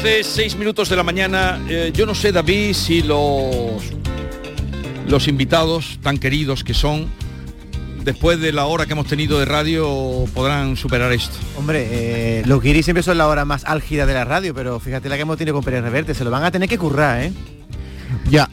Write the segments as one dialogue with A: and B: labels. A: Hace seis minutos de la mañana, eh, yo no sé, David, si los, los invitados tan queridos que son, después de la hora que hemos tenido de radio, podrán superar esto.
B: Hombre, eh, los guiris siempre son la hora más álgida de la radio, pero fíjate la que hemos tenido con Pérez Reverte, se lo van a tener que currar, ¿eh?
C: Ya,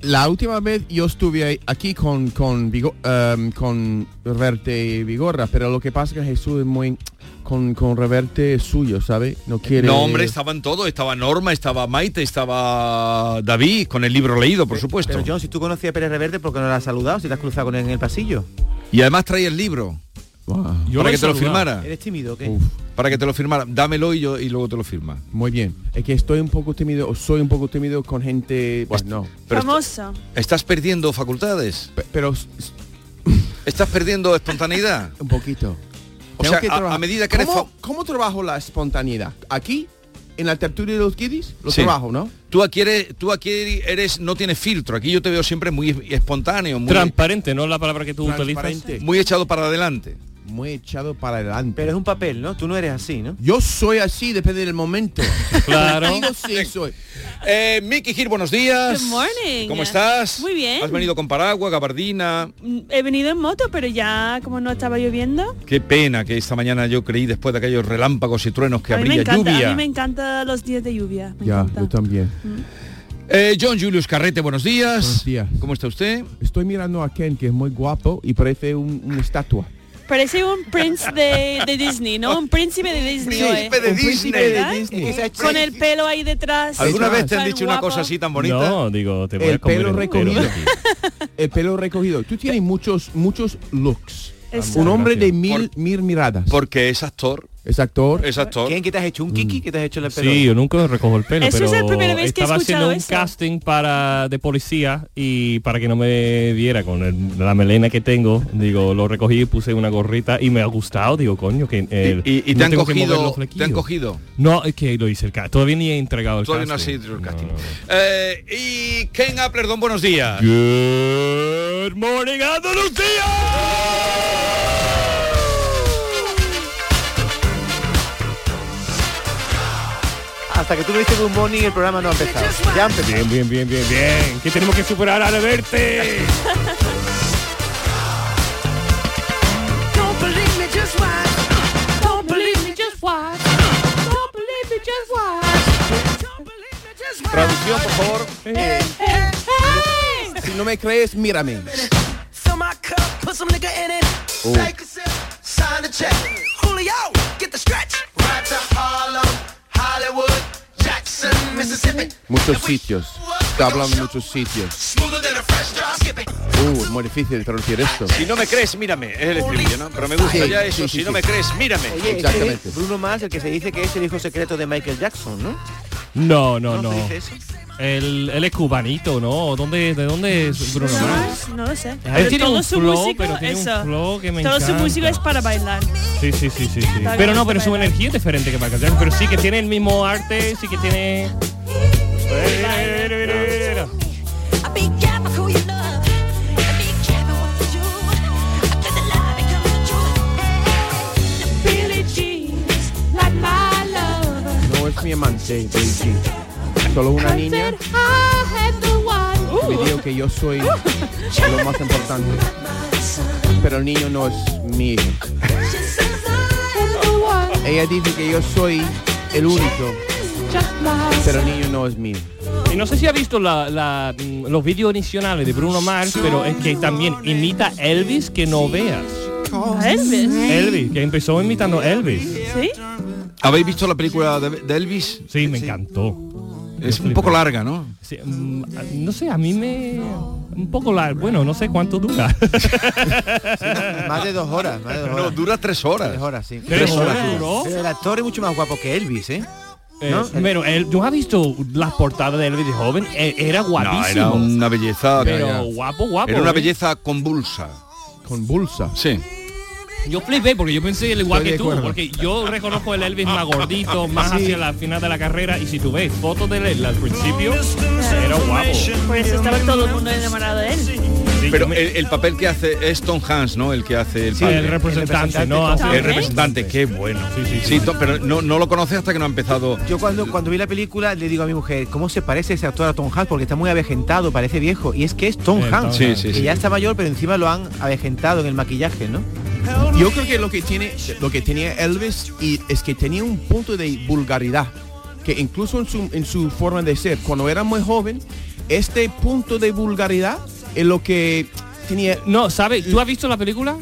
C: la última vez yo estuve aquí con con, Vigo- em, con Reverte y Vigorra, pero lo que pasa es que Jesús es muy con, con Reverte es suyo, ¿sabe? No quiere.
A: No, hombre, estaban todos, estaba Norma, estaba Maite, estaba David, con el libro leído, por supuesto.
B: Pero John, si tú conocías a Pérez Reverte, ¿por qué no la has saludado? Si te has cruzado con él en el pasillo.
A: Y además traía el libro.
B: Yo
A: para
B: lo he
A: que te lo
B: saludado.
A: firmara.
B: ¿Eres tímido o qué?
C: Uf,
A: Para que te lo firmara. Dámelo y yo y luego te lo firma.
C: muy bien. Es que estoy un poco tímido, o soy un poco tímido con gente. Bueno, no.
A: Pues Pero
D: Famosa.
A: estás perdiendo facultades.
C: Pe- Pero s- s-
A: Estás perdiendo espontaneidad.
C: un poquito.
A: O
C: Tengo
A: sea,
C: que
A: a- a
C: trabajar.
A: medida que eres
C: ¿Cómo,
A: fa-
C: ¿Cómo trabajo la espontaneidad? Aquí, en la tertulia de los kiddies, lo
A: Sí.
C: trabajo, ¿no?
A: Tú aquí eres, tú aquí eres, no tienes filtro. Aquí yo te veo siempre muy espontáneo, muy,
E: Transparente, ¿no? La palabra que tú utilizas.
C: Transparente.
A: muy echado para adelante.
C: Muy echado para adelante.
B: Pero es un papel, ¿no? Tú no eres así, ¿no?
C: Yo soy así, depende del momento.
E: Claro.
C: Digo sí soy.
A: Eh, Miki Gil, buenos días.
D: Good morning.
A: ¿Cómo estás?
D: Muy bien.
A: Has venido con paraguas, gabardina.
D: Mm, He venido en moto, pero ya como no estaba lloviendo.
A: Qué pena que esta mañana yo creí después de aquellos relámpagos y truenos que
D: a mí
A: habría
D: me encanta,
A: lluvia.
D: a mí me encantan los días de lluvia. Mm. Me
C: Ya,
D: encanta.
C: yo también.
A: Eh, John Julius Carrete, buenos días.
C: Buenos días.
A: ¿Cómo está usted?
C: Estoy mirando a Ken, que es muy guapo y parece un- una estatua.
D: Parece un prince de, de Disney, ¿no? Un príncipe de Disney. hoy.
A: de
D: ¿Verdad?
B: Disney.
D: Eh, Con el pelo ahí detrás.
A: ¿Alguna vez te han
D: Tan
A: dicho una
D: guapo.
A: cosa así tan bonita?
E: No, digo, te voy
C: El
E: a comer
C: pelo
E: entero
C: recogido.
E: aquí.
C: El pelo recogido. Tú tienes muchos, muchos looks.
D: Exacto.
C: Un hombre de
E: Gracias.
C: mil, mil miradas.
A: Porque es actor,
C: es actor.
A: es actor.
B: ¿Quién que te has hecho? ¿Un
E: Mm.
B: kiki que te has hecho en el pelo?
E: Sí, yo nunca recojo el pelo,
D: Eso es
E: pero
D: la primera vez que he
E: estaba haciendo
D: escuchado
E: un
D: eso.
E: casting para de policía y para que no me viera con el- la melena que tengo, digo, lo recogí y puse una gorrita y me ha gustado, digo, coño, que eh,
A: Y, y- y
E: no
A: te, han
E: tengo que mover
A: cogido,
E: los
A: te han
E: flequillos.
A: cogido.
E: No, es que lo hice el casting. Todavía ni he entregado el
A: Todavía no has
E: casting.
A: hecho el casting.
E: No, no, no.
A: Eh, y Ken Apler, don, buenos días.
E: Good morning, Andalucía.
B: Hasta que tú me dices Good Morning el programa no ha empezado. Ya ha empezado.
E: Bien, bien, bien, bien, bien. Que tenemos que superar a verte.
F: Don't believe me, just watch. Don't believe me, just watch. Don't believe me, just watch. Don't believe me, just watch.
A: Traducción, por favor.
F: Hey, hey, hey.
C: Si no me crees, mírame.
F: Fill my cup, put some nigga in it.
A: Uh,
F: Take a sip, sign the check. Julio, get the stretch. Right to Harlem, Hollywood, Jackson, Mississippi.
C: Muchos sitios. Te hablan de muchos sitios.
F: Smoother than a fresh drop. Skip it.
C: Uh, es muy difícil traducir esto.
A: Si no me crees, mírame. Es el estribillo, ¿no? Pero me gusta
C: Sí,
A: ya
C: sí,
A: eso.
C: sí,
A: si no
C: sí.
A: me crees, mírame.
B: Oye, este
C: Exactamente.
B: es Bruno Mars, el que se dice que es el hijo secreto de Michael Jackson, ¿no?
E: No, no, no.
B: se dice eso?
E: Él, él es cubanito, ¿no? ¿Dónde, ¿De dónde es Bruno Mars?
D: No, no lo sé.
E: Él tiene
D: todo
E: un
D: su
E: flow,
D: músico,
E: pero tiene un
D: eso.
E: flow que me
D: Todo su
E: encanta.
D: músico es para bailar.
E: Sí, sí, sí, sí, sí. Pero no, pero su energía es diferente que Michael Jackson. Pero sí que tiene el mismo arte, sí que tiene...
F: Billie Jean's like my lover.
C: No es mi amante, Billie Jean. Solo una niña.
F: Said I had the one.
C: que Me dijo que yo soy lo más importante. Pero el niño no es mi hijo.
F: She says I had the one.
C: Ella dice que yo soy el único,
F: Just my
C: pero el niño no es mío.
E: Y no sé si ha visto la- la, mm, los vídeos iniciales de Bruno Mars, pero es que también imita Elvis que no veas.
D: ¿A Elvis?
E: Elvis, que empezó imitando Elvis.
D: ¿Sí?
A: ¿Habéis visto la película de, de Elvis?
E: Sí, me encantó.
A: Es
E: Yo
A: un
E: flipé.
A: poco larga, ¿no?
E: Sí, mm, a- no sé, a mí me... Un poco largo. Bueno, no sé cuánto dura.
B: Más de dos horas, más de dos
A: No,
B: horas.
A: dura tres horas.
B: Tres horas, sí.
E: Tres horas duró.
B: Pero el actor es mucho más guapo que Elvis, ¿eh?
E: Eh,
B: ¿No?
E: Pero él, ¿tú has visto las portadas de Elvis de joven? Eh, era guapísimo.
A: No, era una belleza.
E: Pero guapo, guapo.
A: Era una
E: ¿eh?
A: belleza convulsa.
C: Convulsa.
A: Sí.
E: Yo flipé porque yo pensé el igual
C: Estoy de
E: que tú,
C: acuerdo.
E: porque yo reconozco el Elvis más gordito, más hacia la final de la carrera y si tú ves fotos de él al principio, era guapo. Sí,
D: Por eso estaba todo el mundo enamorado de él.
E: yo
A: Pero
E: me-
A: el, el papel que hace es Tom Hanks, ¿no? El que hace el
E: sí,
A: padre.
E: el representante,
B: representante,
E: ¿no?
B: Tom
E: Hace-
A: El
D: Hanks.
A: representante, qué bueno.
E: Sí, sí,
A: Sí, Tom- pero no, no lo conoces hasta que no ha empezado.
B: Yo cuando, cuando vi la película le digo a mi mujer, ¿cómo se parece ese actor a Tom Hanks? Porque está muy avejentado, parece viejo. Y es que es Tom
E: Eh,
B: Hanks,
E: Tom
A: Hanks. Sí, sí,
B: que
A: sí.
B: ya está mayor, pero encima lo han avejentado en el maquillaje, ¿no?
C: Yo creo que lo que tiene lo que tenía Elvis y es que tenía un punto de vulgaridad que incluso en su, en su forma de ser cuando era muy joven este punto de vulgaridad es lo que tenía
E: No, ¿sabes? ¿Tú has visto la película?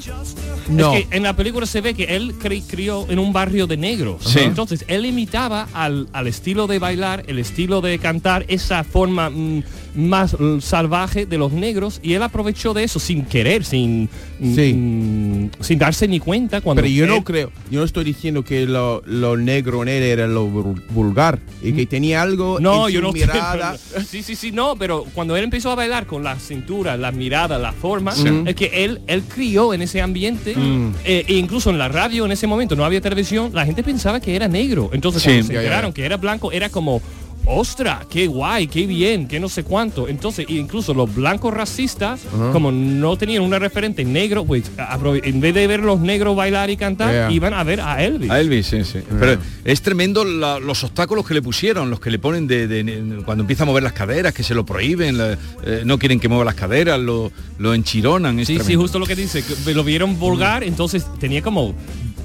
C: no
E: Es que en la película se ve que él cri- crió en un barrio de negros.
A: Sí.
E: Entonces, él imitaba al, al estilo de bailar, el estilo de cantar, esa forma mm, más mm, salvaje de los negros y él aprovechó de eso sin querer, sin mm,
C: Sí.
E: mm, sin darse ni cuenta cuando
C: pero yo no
E: él-
C: creo yo no estoy diciendo que lo, lo negro en él era lo vul- vulgar y que tenía algo
E: no,
C: en
E: yo
C: su
E: no
C: mirada
E: Sí, sí, sí, no, pero cuando él empezó a bailar con la cintura, la mirada, la forma,
A: Sí.
E: es que él él crió en ese ambiente
C: Mm.
E: eh, e incluso en la radio en ese momento no había televisión, la gente pensaba que era negro. Entonces
A: Sí.
E: cuando se
C: Ya, ya, ya.
E: enteraron que era blanco era como Ostra, qué guay, qué bien, qué no sé cuánto. Entonces, e incluso los blancos racistas, como no tenían una referente negro, pues aprove- en vez de ver los negros bailar y cantar,
C: Ya, ya.
E: iban a ver a Elvis.
A: A Elvis, sí, sí. Pero es tremendo la- los obstáculos que le pusieron, los que le ponen de, de- cuando empieza a mover las caderas, que se lo prohíben, la- eh, no quieren que mueva las caderas, lo, lo enchironan. es
E: Sí, sí,
A: tremendo.
E: justo lo que dice, que lo vieron vulgar, entonces tenía como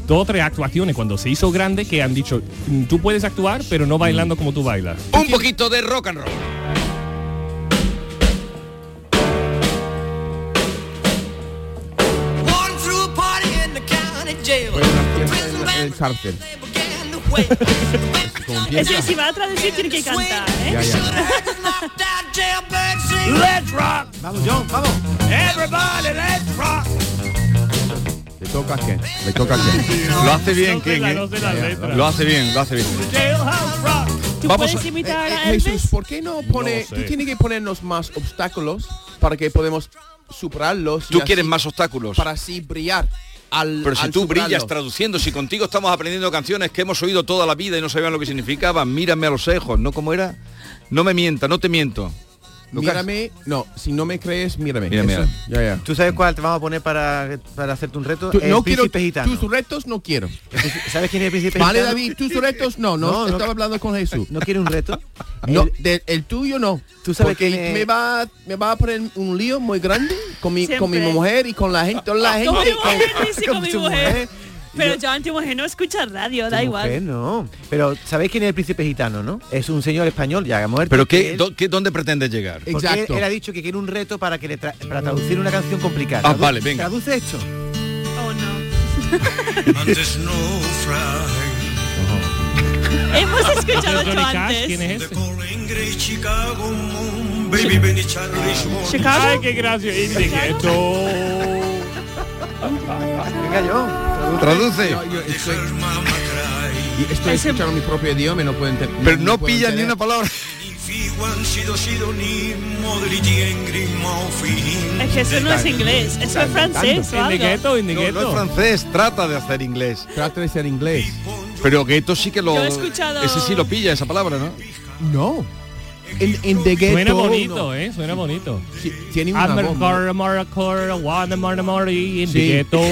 E: dos o tres actuaciones cuando se hizo grande que han dicho, "Mm, tú puedes actuar, pero no bailando como tú bailas.
A: Un poquito de rock and roll.
F: Warden threw a party in the county jail.
C: Fue una fiesta en la- en el cárcel.
F: They began to wail. The band began
D: Es que si va a traducir tiene que cantar, ¿eh?
C: Ya, ya.
F: Let's rock!
B: Vamos, John, vamos.
F: Everybody, let's rock!
C: le toca a Ken le toca a Ken
A: Lo hace bien,
E: No sé
A: Ken,
E: la-
A: ¿eh?
E: no sé la letra.
A: Lo hace bien, lo hace bien.
E: Jailhouse Rock.
D: Tú
A: Vamos
D: puedes
A: a-
D: imitar
C: Eh, eh,
D: a
C: Jesús,
D: Elvis.
C: ¿por qué no pone?
E: sé.
C: Tú tienes que ponernos más obstáculos para que podamos superarlos. y
A: Tú
C: así-
A: quieres más obstáculos.
C: para así brillar. Al,
A: Pero si
C: al
A: tú
C: superarlo.
A: brillas traduciendo, si contigo estamos aprendiendo canciones que hemos oído toda la vida y no sabían lo que significaban, mírame a los ojos, ¿no? ¿Cómo era? No me mienta, no te miento. Lucas.
C: mírame, no, si no me crees, mírame.
A: Mírame,
C: Eso, Ya, ya.
B: ¿Tú sabes cuál te vamos a poner para, para hacerte un reto?
C: Tú-
B: El
C: no quiero
B: príncipe gitano.
C: tus retos, no quiero.
B: ¿Sabes quién es el príncipe
C: Vale,
B: gitano?
C: David, tus retos, no, no,
B: No, no.
C: estaba hablando con Jesús.
B: ¿No quiere un reto?
C: No,
B: El-
C: de- el tuyo no.
B: Tú sabes
C: porque
B: quién es-
C: me va me va a poner un lío muy grande con mi con mi
D: Siempre.
C: mujer y con la gente, toda la
D: Con mi
C: gente.
D: mujer, dice
B: con
D: con mi
B: su
D: mujer.
B: mujer.
D: Pero
B: Yo-
D: John, tu mujer no escucha radio, da
B: Tu
D: igual.
B: mujer, no. Pero ¿sabéis quién es el príncipe gitano, no? Es un señor español ya muerto.
A: ¿Pero
B: que
A: qué,
B: él-
A: do- qué- dónde pretendes llegar?
B: Porque él-
C: Exacto.
B: Él, ha dicho que quiere un reto para que le tra- para traducir una canción complicada.
A: Ah,
B: Tradu-
A: vale, venga.
B: Traduce esto.
D: Oh, no. Hemos escuchado
E: Johnny
D: esto
E: Cash, ¿quién es
D: antes.
E: este? ese? Ay,
D: Chicago.
E: qué gracia. Y dije, esto...
B: Venga, yo.
A: Traduce.
C: No, yo estoy, y estoy
D: Ese-
C: escuchando mi propio idioma y no pueden enter-
A: Pero no
C: puedo
A: pillas ni
C: entender.
A: una palabra.
D: Es que eso no es inglés, eso es francés
E: In
D: o
E: the
D: algo.
E: ghetto, in the
A: No, no es
E: ghetto.
A: francés, trata de hacer inglés.
C: Trata de ser inglés.
A: Pero que esto sí que lo...
D: Yo he escuchado-
A: Ese sí lo pilla, esa palabra, ¿no?
C: No. En, en The Ghetto.
E: Suena bonito,
C: no.
E: ¿eh? Suena bonito.
C: Sí, Tiene una bomba.
E: Amarcor, amarcor, one amarcor, in the
C: Sí.
E: ghetto.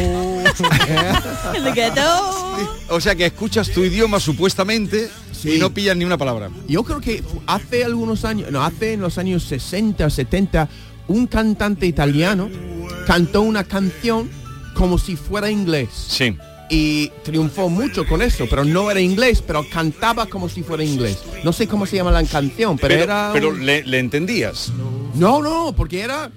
D: In the ghetto.
A: O sea que escuchas tu idioma supuestamente
C: Sí.
A: y no pillas ni una palabra.
C: Yo creo que fu- hace algunos años, no, hace en los años 60, 70, un cantante italiano cantó una canción como si fuera inglés.
A: Sí.
C: Y triunfó mucho con eso, pero no era inglés, pero cantaba como si fuera inglés. No sé cómo se llama la canción, pero,
A: Pero,
C: era...
A: pero
C: un-
A: le, le entendías.
C: No, no, porque era...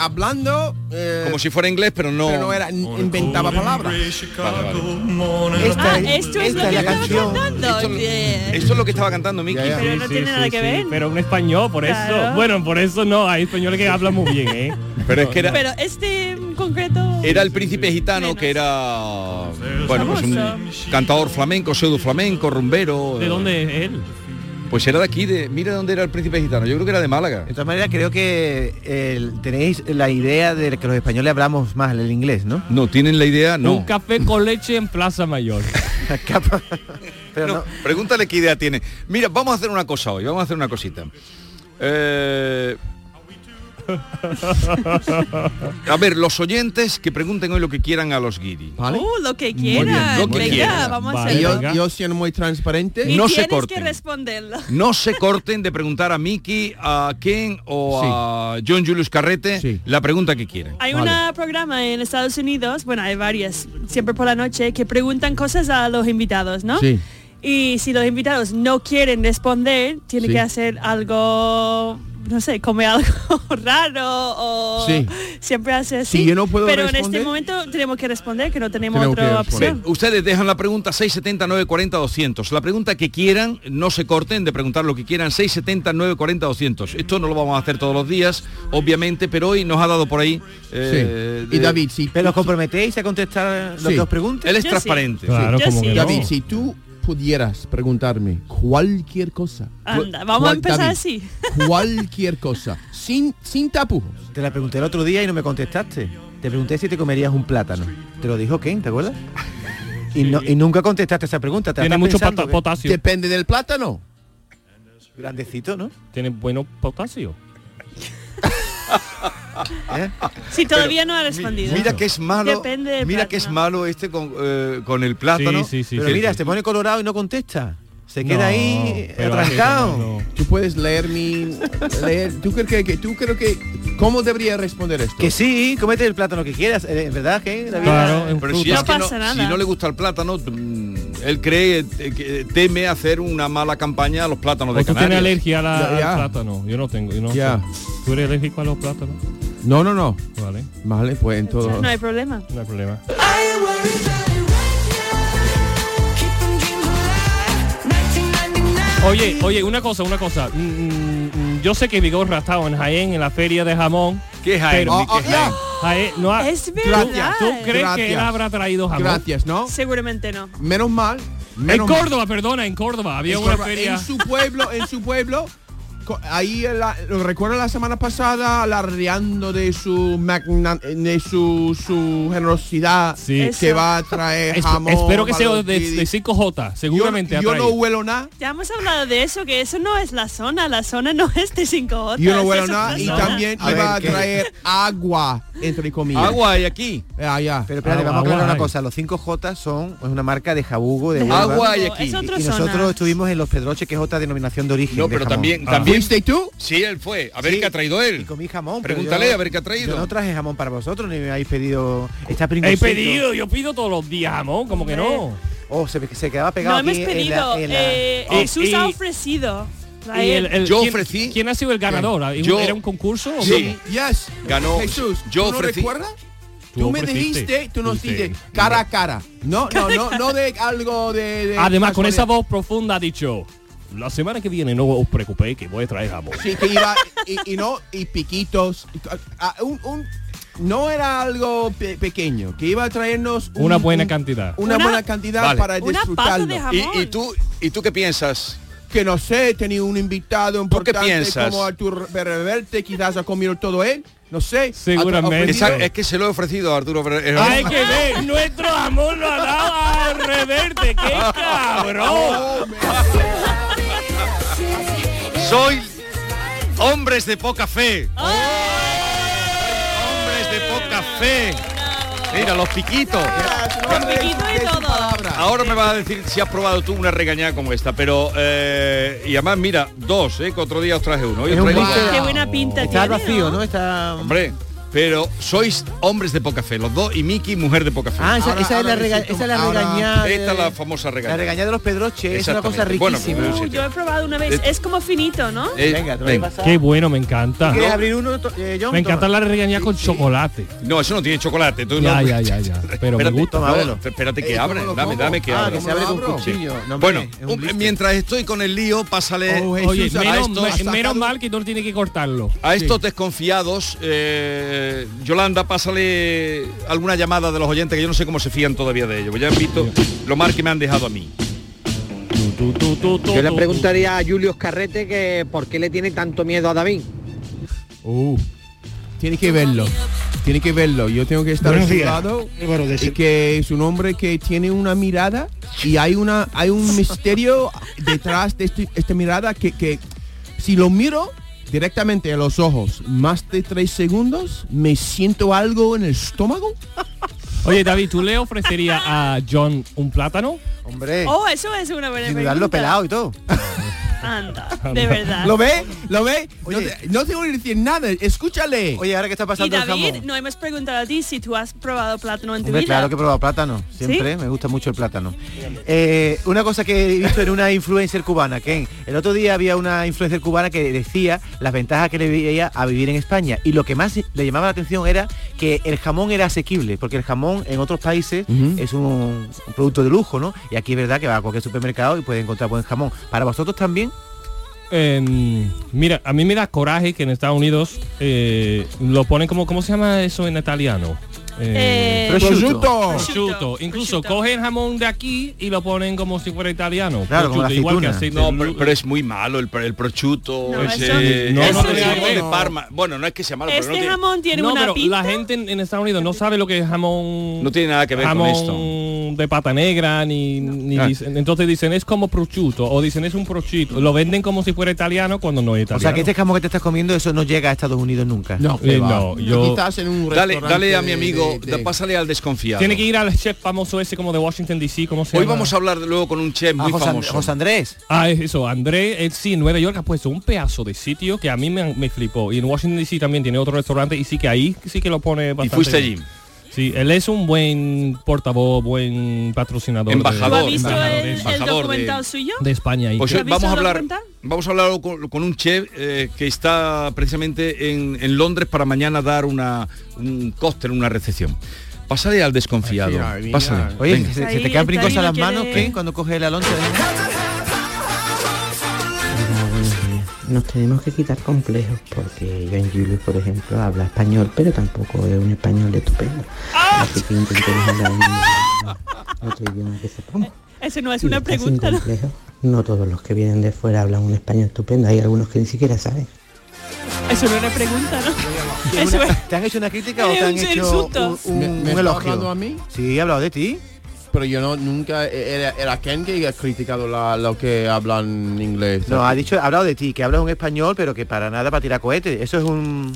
C: hablando eh,
A: Como si fuera inglés, pero no.
C: pero no era inventaba palabras.
A: Vale, vale.
D: Ah,
B: esta
D: esto es lo que
B: es la
D: estaba
B: canción.
D: cantando. bien.
A: Esto es lo que estaba cantando Miki.
C: Ya, ya.
D: Pero no tiene nada que ver.
E: Pero un español, por eso.
D: Claro.
E: Bueno, por eso no, hay españoles que hablan muy bien, ¿eh?
A: Pero es que era,
D: Pero este en concreto.
A: era el príncipe gitano
D: Menos.
A: que era bueno pues un cantador flamenco, pseudo flamenco, rumbero.
E: ¿De
A: eh,
E: dónde es él?
A: Pues era de aquí, de, mira dónde era el príncipe gitano. Yo creo que era de Málaga.
B: De todas maneras, creo que eh, tenéis la idea de que los españoles hablamos más el inglés, ¿no?
A: No, tienen la idea, no.
E: Un café con leche en Plaza Mayor.
B: Capa- Pero
A: No,
B: no.
A: Pregúntale qué idea tiene. Mira, vamos a hacer una cosa hoy, vamos a hacer una cosita. Eh, A ver, los oyentes que pregunten hoy lo que quieran a los guiri.
C: ¿Vale?
D: Uh, lo que
E: bien,
D: quieran.
A: lo que
D: Venga,
A: quieran.
D: vamos
E: Vale.
D: a
C: Y
D: hacerlo.
C: yo,
E: Venga.
C: yo siendo muy transparente.
D: Y
A: No se
D: tienes que
A: corten.
D: responderlo.
A: No se corten de preguntar a Miki, a Ken o a John Julius Carrete
C: Sí.
A: la pregunta que quieran.
D: Hay un programa en Estados Unidos, bueno, hay varias, siempre por la noche, que preguntan cosas a los invitados, ¿no?
C: Sí.
D: Y si los invitados no quieren responder, tiene
C: Sí.
D: que hacer algo, no sé, come algo raro o
C: Sí.
D: siempre hace así.
C: Si yo no puedo
D: Pero en
C: responder-
D: este momento tenemos que responder, que no tenemos,
C: Tenemos
D: otra
C: que responder.
D: opción.
A: Ustedes dejan la pregunta 670 940 200. La pregunta que quieran, no se corten de preguntar lo que quieran 670 940 200. Esto no lo vamos a hacer todos los días, obviamente, pero hoy nos ha dado por ahí. eh,
C: sí. Y
A: de-
C: David, si
B: ¿Pero os comprometéis a contestar lo
C: Sí.
B: que os pregunte?
A: Él es
D: Yo sí.
A: transparente.
E: Claro,
D: yo
E: como
D: sí.
E: que no.
C: David, si tú pudieras preguntarme cualquier cosa.
D: Anda,
C: cu-
D: vamos a
C: cual-
D: empezar
C: David,
D: así.
C: Cualquier cosa, sin sin tapujos.
B: Te la pregunté el otro día y no me contestaste. Te pregunté si te comerías un plátano. Te lo dijo Ken, ¿te acuerdas? Y, no- y nunca contestaste esa pregunta. Te la
E: Tiene
B: estás
E: mucho
B: pensando,
E: pota-
B: ¿qué?
E: potasio.
C: Depende del plátano.
B: Grandecito, ¿no?
E: Tiene bueno potasio.
B: ¿Eh?
D: Si todavía no ha respondido.
A: Mira que es malo.
D: Depende del
A: mira que es
D: plátano.
A: malo este con, eh, con el plátano.
E: Sí,
A: este
E: sí, sí,
B: pero
E: sí,
B: mira,
E: sí.
B: te pone colorado y no contesta. Se
E: No,
B: queda ahí eh,
E: pero no,
B: atrascado.
E: no.
C: Tú puedes leer mi leer. ¿Tú crees que, que- tú creo que cómo debería responder esto?
B: Que sí, comete el plátano que quieras. eh, En verdad, Ken, David?
E: Claro, en
A: Pero si,
E: fruta.
A: es que
D: No
A: no,
D: pasa nada.
A: si no le gusta el plátano, mm, él cree, eh, que teme hacer una mala campaña a los plátanos
E: O
A: de
E: tú tienes
A: Canarias.
E: alergia a la-
C: Ya, ya.
E: al plátano. Yo no tengo. Yo no
C: Ya.
E: sé. ¿Tú eres alérgico a los plátanos?
C: No, no, no.
E: Vale,
C: Vale, pues en todo.
D: No hay problema.
E: no hay problema. Oye, oye, una cosa, una cosa. Mm, mm, mm, yo sé que Vigorra ha estado en Jaén, en la feria de jamón.
A: ¿Qué es Jaén?
E: Pero-
A: Miki?
C: Oh, oh,
A: ¿Qué es
C: ya.
A: Jaén?
E: Jaén no ha...
D: Es
C: Gracias.
D: verdad.
E: ¿Tú crees que él
C: Gracias.
E: habrá traído jamón?
C: Gracias, ¿no?
D: Seguramente no.
C: Menos mal.
E: En
C: Menos mal.
E: Córdoba, perdona, en Córdoba. Había
C: En
E: una
C: Córdoba,
E: feria.
C: En su pueblo, en su pueblo. co- Ahí la- lo recuerdo la semana pasada alardeando de su magna, de su, su generosidad
E: Sí.
C: que
D: Eso.
C: va a traer
E: Esp-
C: jamón.
E: espero que sea de,
C: baloncini.
E: de 5J, seguramente
C: Yo,
E: ha
C: yo no
E: traído.
C: huelo nada.
D: Ya hemos hablado de eso, que eso no es la zona, la zona no es de 5 horas.
C: Yo no huelo nada y también
D: Eh,
B: A
C: iba
B: ver,
C: a
B: ¿qué?
C: traer agua entre comillas.
A: Agua hay aquí.
C: Eh, allá.
B: Pero espérate,
E: Agua,
B: vamos a aclarar
E: agua,
B: una
E: ay.
B: cosa. Los 5J son es una marca de jabugo, de hierba.
A: Agua hay aquí.
D: Es otra
B: Y nosotros
D: zona.
B: estuvimos en los Pedroches, que es otra denominación de origen.
A: No,
B: de
A: pero
B: jamón.
A: también,
E: Ah.
A: también.
C: ¿Fuiste tú?
A: Sí, él fue. A ver
B: Sí,
A: qué ha traído
B: Y
A: él.
B: comí jamón. pero
A: Pregúntale
B: yo-
A: a ver qué ha traído.
B: Yo no traje jamón para vosotros, ni me habéis pedido. Está
E: He
B: pringosito.
E: pedido, yo pido todos los días jamón, como que no.
B: Oh, se, se quedaba pegado.
D: No hemos
B: aquí en la-
D: pedido.
B: en la-
D: eh,
E: Oh,
D: Jesús ha
E: y-
D: ofrecido.
E: Y el- el-
A: Yo
E: ¿quién-
A: ofrecí-
E: ¿Quién ha sido el ganador?
A: Yo-
E: ¿Era un concurso? o
A: Sí.
E: cómo?
C: Yes.
A: Ganó-
C: Jesús.
A: yo
C: ¿Tú no
A: ofrecí-
C: recuerdas?
E: Tú
C: Tú, me
E: ofreciste.
C: dijiste, tú nos
E: Sí.
C: dijiste cara a cara. No, no, no, no de algo de. de
E: Además, con esa
C: casualidad.
E: voz profunda ha dicho, la semana que viene no os preocupéis que voy a traer jamón.
C: Sí, que iba y, y no y piquitos. y co- a- a- un- un- no era algo pe- pequeño, que iba a traernos un-
E: Una buena
C: un-
E: cantidad.
C: Una,
D: Una-
C: buena cantidad
A: Vale.
C: para
D: Una pata
C: disfrutarlo.
D: de jamón.
A: ¿Y, y tú, ¿Y tú qué piensas?
C: que no sé, tenía un invitado
A: ¿Tú qué
C: importante
A: piensas?
C: como Arturo Reverte, quizás ha comido todo él, no sé.
E: Seguramente.
C: Ha- ha
A: Esa-
C: ofrecido-
A: es que se lo he ofrecido a Arturo. Fer- eh,
E: Hay que ver, nuestro amor lo ha dado a reverte, qué cabrón.
A: Soy hombres de poca fe. Hombres de poca fe. Mira, los piquitos.
D: Con piquito y
C: Es su
D: todo.
C: palabra.
A: Ahora me vas a decir si has probado tú una regañada como esta, pero... eh, y además, mira, dos, ¿eh? Que otro día os traje uno. Hoy os
B: Es un
A: traigo
B: bicho
A: dos.
D: Qué buena pinta
B: Está al
D: tiene,
B: vacío,
D: ¿no?
B: ¿no? Está.
A: Hombre, Pero sois hombres de poca fe, los dos, y Miki, mujer de poca fe.
B: Ah, esa,
G: Ahora-
B: esa es la
G: ahora
B: rega-
G: necesito-
B: esa es la
G: ahora-
B: regañada. de-
A: Esta es la famosa
B: la
A: regañada.
B: regañada de los pedroches, es una cosa
A: Exactamente. Bueno,
B: riquísima.
A: pues,
D: Uh, yo he probado una vez.
A: Eh,
D: Es como finito, ¿no?
A: Eh,
B: venga, te
A: venga.
B: lo voy a pasar.
E: Qué bueno, me encanta.
B: ¿Quieres abrir uno, to- eh, John?
E: Me encanta
B: Toma.
E: la regañada con chocolate.
A: No, eso no tiene chocolate. tú
E: Ya,
A: no-
E: ya, ya, ya. Pero me
A: espérate,
E: gusta.
B: Toma,
A: no,
B: abuelo.
A: espérate
C: Ey,
A: que abre.
C: ¿cómo lo
A: Dame,
C: como?
A: dame que
C: Ah,
A: abre.
B: que se abre con
C: ¿Cómo lo abro?
B: cuchillo. No, hombre,
A: Bueno,
B: es un
A: un-
B: blister.
A: mientras estoy con el lío, pásale
C: Oh, Jesús,
E: Oye,
C: a
E: menos,
C: esto-
E: me-
C: a sacar
E: menos
C: un-
E: mal que no tiene que cortarlo.
A: a estos desconfiados. eh, Yolanda, pásale alguna llamada de los oyentes que yo no sé cómo se fían todavía de ellos. porque Ya han visto lo mal que me han dejado a mí.
H: Yo le preguntaría a Julio Carrete que por qué le tiene tanto miedo a David.
C: Uh, tiene que verlo. Tiene que verlo. Yo tengo que estar a
I: Buenos
C: su
I: días.
C: lado.
I: Álvaro de
C: Y que es un hombre que tiene una mirada y hay una hay un misterio detrás de este- esta mirada que, que si lo miro directamente a los ojos más de tres segundos me siento algo en el estómago
E: Oye, David, ¿tú le ofrecerías a John un plátano?
B: Hombre,
D: Oh, eso es una buena
B: sin
D: pregunta.
B: dudarlo pelado y todo.
D: Anda, de verdad.
C: lo ve lo ve no,
B: Oye.
C: te, no tengo que decir nada escúchale
B: Oye, ahora que está
D: y
B: pasando el
D: David,
B: jamón.
D: no hemos preguntado a ti si tú has probado plátano en tu
B: Hombre,
D: vida.
B: claro que he probado plátano, siempre, me gusta mucho el plátano. Eh, una cosa que he visto en una influencer cubana, que el otro día había una influencer cubana que decía las ventajas que le veía a vivir en España y lo que más le llamaba la atención era que el jamón era asequible, porque el jamón en otros países
C: Ujú.
B: es un, un producto de lujo, ¿no? Y aquí es verdad que va a cualquier supermercado y puede encontrar buen jamón. Para vosotros también,
E: Em, mira, a mí me da coraje que en Estados Unidos eh, lo ponen como, ¿cómo se llama eso en italiano? Eh,
D: Eh,
H: pues
C: prosciutto
E: prosciutto. Incluso
D: prosciutto.
E: cogen jamón de aquí y lo ponen como si fuera italiano.
B: Claro, como la
E: Prosciutto, igual que
B: aceituna.
E: aceite
A: No,
E: de
A: pero,
E: lu-
A: pero es muy malo el, pr- el prosciutto.
D: No,
A: ese-
D: eso-
A: eh,
E: No,
A: ese
E: no,
A: de
E: no,
A: jamón de
C: no.
A: Parma. Bueno, no es que sea malo, pero
D: Este
A: no tiene,
D: jamón tiene
E: no,
D: una
E: pero
D: pinta.
E: la gente en, en Estados Unidos no sabe lo que es jamón.
A: no tiene nada que ver
E: jamón
A: con esto.
E: de pata negra ni, ni
A: Ah.
E: dicen- entonces dicen es como prosciutto o dicen es un prosciutto lo venden como si fuera italiano cuando no es
B: o
E: italiano
B: sea que este jamón que te estás comiendo, eso no llega a Estados Unidos nunca.
C: no,
E: Eh,
C: que va.
E: no, yo-
C: quizás en un
A: Dale,
C: restaurante
A: dale a mi
C: de-
A: amigo,
C: de- de-
A: pásale al desconfiado.
E: tiene que ir al chef famoso ese como de Washington DC como se
A: Hoy
E: llama?
A: vamos a hablar luego con un chef
B: Ah,
A: muy
B: José, And-
A: famoso.
B: José Andrés.
E: Ah, es eso, André, eh, sí, en Nueva York ha puesto un pedazo de sitio que a mí me, me flipó. Y en Washington DC también tiene otro restaurante y sí que ahí sí que lo pone bastante.
A: fuiste
E: bien.
A: allí.
E: Sí, él es un buen portavoz, buen patrocinador. de-
D: ¿Tú
A: Embajador.
D: has visto
A: Embajador,
D: el, el
A: embajador de-
D: documental suyo?
E: de España. Y
A: Pues
D: ¿Te
A: eh,
D: has
A: vamos
D: visto
A: a
D: la
A: hablar,
D: cuenta?
A: vamos a hablar con, con un chef eh, que está precisamente en, en Londres para mañana dar una, un cóctel, una recepción. Pásale al desconfiado.
C: Ay, mira, mira.
A: Pásale.
B: Oye,
A: Venga.
B: se, se
D: Ahí
B: te quedan
D: está,
B: brincos
D: ahí
B: a las
D: lo
B: manos,
D: quiere.
B: ¿qué? Cuando coge la loncha. ¿eh?
H: Nos tenemos que quitar complejos porque yo en Julio, por ejemplo, habla español, pero tampoco es un español estupendo. Así que intentemos hablar en otro idioma que sepamos.
D: Eso no es
H: Y
D: una
H: está sin
D: pregunta, ¿no?
H: complejo. No todos los que vienen de fuera hablan un español estupendo, hay algunos que ni siquiera saben.
D: Eso no es una pregunta, ¿no? Eso es.
B: ¿Te han hecho una crítica o
D: Es
B: te han
D: un
B: hecho
D: insulto.
B: un, un-
C: ¿Me- me
B: un
C: está hablando
B: elogio?
C: a mí?
B: Sí, he hablado de ti.
C: Pero yo no, nunca e, era, era Ken que ha criticado la, lo que hablan inglés.
B: No, ha dicho, ha hablado de ti, que hablas un español, pero que para nada para tirar cohetes. Eso es un.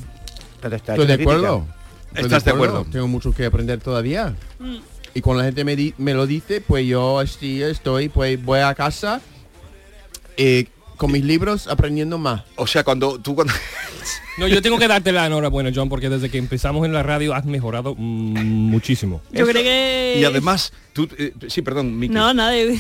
B: te- te- te ha hecho
C: Estoy de
B: una crítica.
C: acuerdo. Estoy
A: ¿Estás de acuerdo?
C: Tengo mucho que aprender todavía.
E: Mm,
C: Y cuando la gente me, di- me lo dice, pues yo sí estoy, pues voy a casa eh, con mis libros aprendiendo más.
A: O sea, cuando tú cuando
E: No, yo tengo que darte la enhorabuena, John, porque desde que empezamos en la radio has mejorado mm, muchísimo.
D: Yo creo que...
A: y además tú eh, sí, perdón, Miki.
D: No, nada. Yo,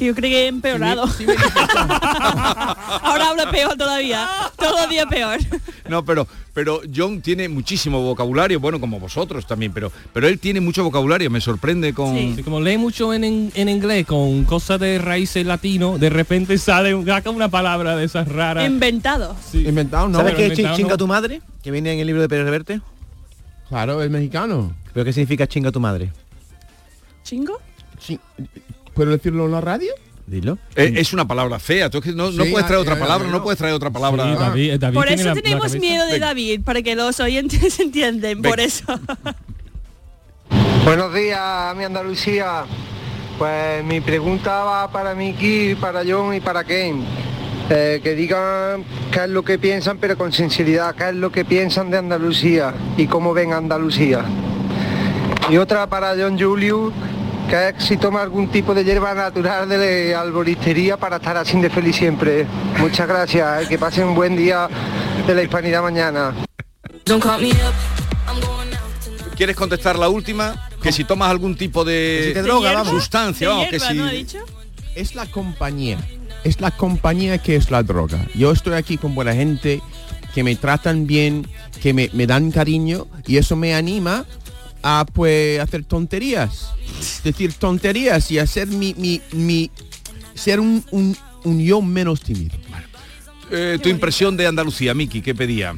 D: yo creo que he empeorado. Ahora hablo peor todavía. Todo día peor.
A: No, pero pero John tiene muchísimo vocabulario, bueno, como vosotros también, pero pero él tiene mucho vocabulario, me sorprende con
E: Sí, como lee mucho en, en- en inglés con cosas de raíces latino, de repente sale un- saca una palabra de esas raras.
D: Inventado.
E: Sí.
C: Inventado, no.
B: ¿Sabes
E: pero
B: qué es
E: inventado
B: chi- chinga
E: no.
B: tu madre? Que viene en el libro de Pérez Reverte.
C: Claro, es mexicano.
B: ¿Pero qué significa chinga tu madre?
D: ¿Chingo?
C: Sí. ¿Puedo decirlo en la radio?
B: Dilo.
A: Eh, es una palabra fea, tú es que no, no
C: Sí,
A: puedes traer
C: ah,
A: otra
C: ya, ya,
A: palabra,
C: ya.
A: no puedes traer otra
E: Sí,
A: palabra.
E: David- eh, David
D: Por
E: tiene
D: eso
E: la- la
D: tenemos
E: cabeza-
D: miedo de
A: Ah. Venga.
D: David, para que los oyentes entiendan. Por
A: Venga.
D: eso.
H: Buenos días, mi Andalucía. Pues mi pregunta va para Miki, para John y para Ken. Eh, que digan qué es lo que piensan, pero con sinceridad, qué es lo que piensan de Andalucía y cómo ven Andalucía. Y otra para John Julius, que es si toma algún tipo de hierba natural de alboristería para estar así de feliz siempre. Muchas gracias, eh, que pasen un buen día de la hispanidad mañana.
F: Don't call me up.
A: ¿Quieres contestar la última? Que si tomas algún tipo de,
C: si te droga, ¿De vamos. hierba?
A: sustancia,
C: ¿De
A: vamos, que
C: hierba,
A: si...
C: no ha dicho? Es la compañía. Es la compañía que es la droga. Yo estoy aquí con buena gente, que me tratan bien, que me, me dan cariño y eso me anima a pues hacer tonterías. Decir tonterías y hacer mi, mi, mi ser un, un, un yo menos tímido.
A: Eh, tu impresión de Andalucía, Miki, ¿qué pedía?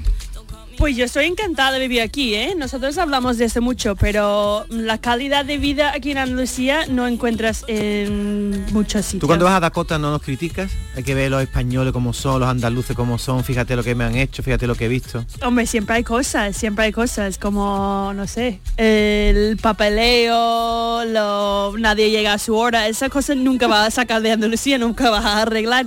D: Pues yo estoy encantada de vivir aquí, ¿eh? Nosotros hablamos de esto mucho, pero la calidad de vida aquí en Andalucía no encuentras en muchos sitios.
B: Tú cuando vas a Dakota no nos criticas, hay que ver los españoles como son, los andaluces como son, fíjate lo que me han hecho, fíjate lo que he visto.
D: Hombre, siempre hay cosas, siempre hay cosas, como, no sé, el papeleo, lo- nadie llega a su hora, esas cosas nunca vas a sacar de Andalucía, nunca vas a arreglar.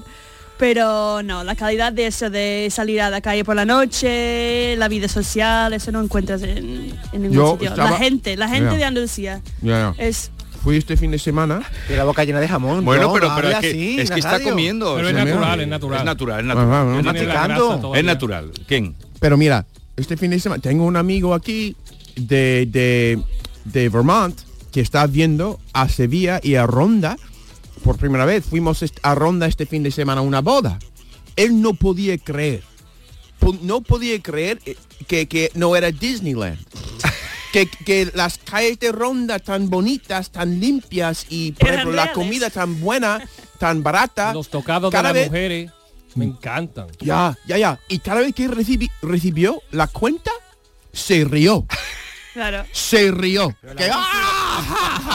D: Pero no, la calidad de eso, de salir a la calle por la noche, la vida social, eso no encuentras en, en ningún
C: Yo
D: sitio. La
C: estaba-
D: gente, la gente
C: Ya.
D: de Andalucía
C: Ya, ya.
D: es...
C: Fui este fin de semana.
B: De la boca llena de jamón.
A: Bueno,
B: no,
A: pero,
B: no
A: pero es
B: hable
A: que,
B: así,
A: es que está
B: Nazario.
A: comiendo.
C: Pero
A: o
C: es
A: sea,
C: natural,
A: es
C: es
A: natural. Es natural, es
C: Ajá, ajá.
A: natural. Es
C: No tiene la
A: natural.
C: grasa todavía.
A: Es natural. ¿Quién?
C: Pero mira, este fin de semana tengo un amigo aquí de, de, de Vermont que está viendo a Sevilla y a Ronda por primera vez. Fuimos est- a Ronda este fin de semana a una boda. Él no podía creer. po- No podía creer eh, que, que no era Disneyland. Que, que las calles de Ronda tan bonitas, tan limpias y por
E: Eran
C: ejemplo, la
E: reales.
C: comida tan buena, tan barata.
E: Los tocados de
C: Cada
E: las
C: vez-
E: mujeres
A: Mm.
E: me encantan.
C: Ya, ya, ya. Y cada vez que recibi- recibió la cuenta, se rió.
D: Claro.
C: Se rió. Que, ¡ah,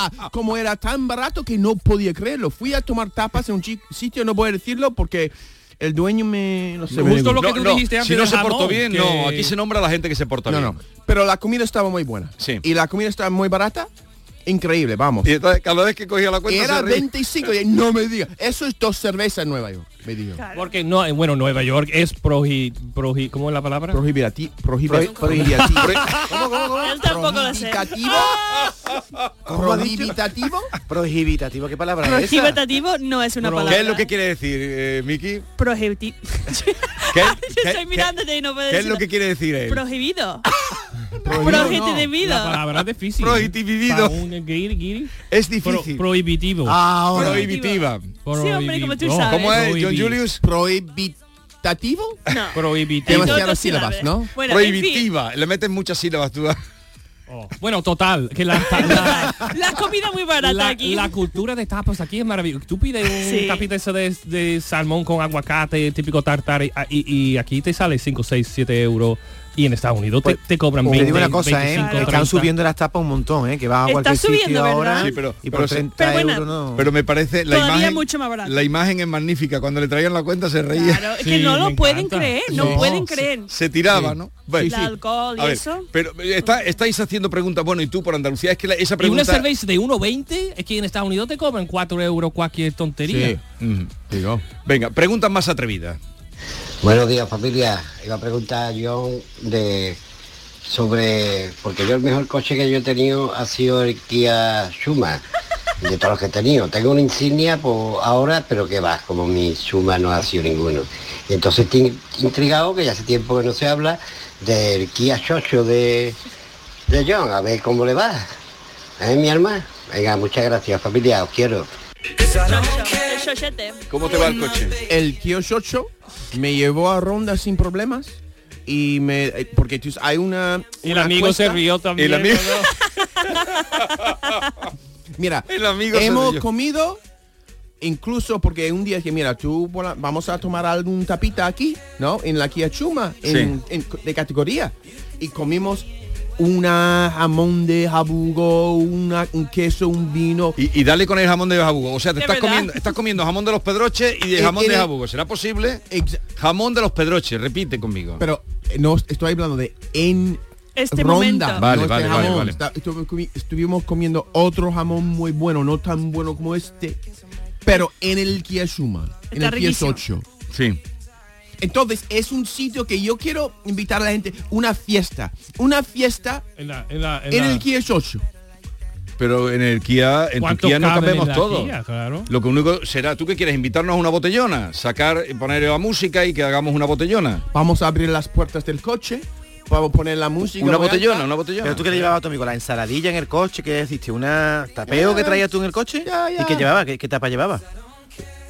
C: ja, ja! Como era tan barato que no podía creerlo. Fui a tomar tapas en un chi- sitio, no voy a decirlo porque el dueño me... No sé, me
E: Justo lo que
C: negó.
E: tú dijiste antes
A: Si no
E: del
A: se
E: jamón,
A: portó bien,
E: que-
A: no. Aquí se nombra a la gente que se porta
C: No,
A: bien.
C: no. Pero la comida estaba muy buena.
A: Sí.
C: Y la comida estaba muy barata. Increíble, vamos.
A: Y entonces, cada vez que cogía la cuenta
C: Era
A: se reía.
C: 25, y no me diga. Eso es dos cervezas en Nueva York, me dijo.
E: Porque no, eh, bueno, Nueva York es prohi, prohi, ¿cómo es la palabra?
C: Prohibirati- prohibi-
B: Prohi-
C: Prohibitativo.
D: Él tampoco lo sé.
C: Prohibitativo.
B: ¿Cómo ha dicho?
C: Prohibitativo.
B: Prohibitativo, ¿qué palabra es esa?
D: Prohibitativo no es una palabra.
A: ¿Qué es lo que quiere decir, eh, Miki?
D: Prohibiti-
A: ¿Qué,
D: Yo estoy mirándote y no puedo
A: ¿Qué es
D: decirlo.
A: lo que quiere decir él?
D: Prohibido.
C: no.
D: Prohibido de
E: La
D: vida.
E: palabra es difícil.
A: Prohibitivido.
E: Pa' un guiri, guiri.
A: Es
E: Pro-
A: difícil.
E: prohibitivo.
B: Ahora.
A: Prohibitiva.
D: Sí, hombre, como tú
E: Prohibido.
D: sabes.
A: ¿Cómo es, John
E: Prohibi-
A: Julius?
C: Prohibitativo.
D: No.
E: Prohibitivo.
C: Demasiadas
D: Entonces,
C: sílabas,
D: sílabas.
C: ¿no?
D: Bueno, en fin.
A: Prohibitiva. Le meten muchas sílabas tú.
E: Oh. Bueno, total, que la, la-
D: La comida muy barata
E: la-
D: aquí.
E: la cultura de tapas aquí es maravillosa. Tú pides un
D: Sí.
E: tapita esa de, de salmón con aguacate, típico tartar, y, y- y aquí te sale 5, 6, 7 euros. Y en Estados Unidos te, te cobran
B: Pues, Te
E: 20,
B: digo una cosa, ¿eh?
E: 25,
B: Están
E: 30.
B: subiendo las tapas un montón, ¿eh? Que vas a
D: Está
B: cualquier sitio
D: subiendo, ¿verdad?
B: ahora
A: Sí, pero-
B: y
A: pero
B: por
A: se-
B: 30
D: Pero bueno,
B: euros no.
A: Pero me parece la
D: Todavía
A: imagen.
D: mucho más barato.
A: La imagen es magnífica. Cuando le traían la cuenta se reía.
D: Claro, es
E: Sí,
D: que no
E: me
D: lo pueden
E: encanta.
D: creer, no
C: Sí.
D: pueden
C: Sí.
D: creer.
A: Se tiraba, ¿no? Bueno,
D: El alcohol y
A: A ver,
D: eso.
A: Pero eh, está, estáis haciendo preguntas, bueno, y tú por Andalucía, es que la-
E: Y
A: esa
E: una
A: pregunta...
E: cerveza de 1,20 es que en Estados Unidos te cobran 4 euros cualquier tontería.
C: Sí.
A: Mm.
C: Digo.
A: Venga, preguntas más atrevidas.
G: Buenos días familia, iba a preguntar yo de sobre porque yo el mejor coche que yo he tenido ha sido el Kia Suma de todos los que he tenido. Tengo una insignia por ahora, pero que va, como mi Suma no ha sido ninguno. Y entonces estoy intrigado que ya hace tiempo que no se habla del Kia Shosho de, de John, a ver cómo le va. ¿Eh, mi alma? Venga, muchas gracias familia, os quiero.
D: El chochete.
A: ¿Cómo te va el coche?
C: El Kyoshocho me llevó a ronda sin problemas y me eh, porque tú- hay una
E: Y el
C: una
E: amigo se
C: cuesta.
E: rió también.
A: El amigo-
C: Mira,
A: El amigo se
C: hemos
A: rió.
C: comido incluso porque un día que mira, tú vola- vamos a tomar algún tapita aquí, ¿no? En la Kia Chuma, en- en- de categoría. Y comimos una jamón de jabugo, una, un queso, un vino.
A: Y, y dale con el jamón de jabugo. O sea, te
D: De
A: estás
D: verdad.
A: comiendo, estás comiendo jamón de los pedroches y de
C: Eh,
A: jamón de
C: tiene-
A: jabugo. ¿Será posible?
C: Exa-
A: Jamón de los pedroches, repite conmigo.
C: Pero eh, no estoy hablando de en
D: Este momento.
C: ronda.
A: Vale,
C: no este
A: vale, vale,
C: jamón.
A: vale.
C: Está- estuve comi- estuvimos comiendo otro jamón muy bueno, no tan bueno como este, pero en el Kiyashuma, en
D: Está
C: el
D: riquísimo.
C: 18.
A: sí.
C: Entonces es un sitio que yo quiero invitar a la gente, una fiesta, una fiesta
E: En la- en la- en
C: en
E: la-
C: el Kiyashosho.
A: Pero en el Kia, en tu
E: ¿Cuánto
A: Kia no
E: caben en
A: cabemos
E: la
A: todo.
E: Kia? Claro.
A: Lo que único será, ¿tú qué quieres? ¿Invitarnos a una botellona? Sacar, poner la música y que hagamos una botellona.
C: Vamos a abrir las puertas del coche Vamos a poner la música.
B: Una
C: voy a-
B: botellona, una botellona. Pero tú que le llevabas a tu amigo la ensaladilla en el coche, que hiciste una tapeo que traías tú en el coche y que llevaba, ¿qué, qué tapa llevaba?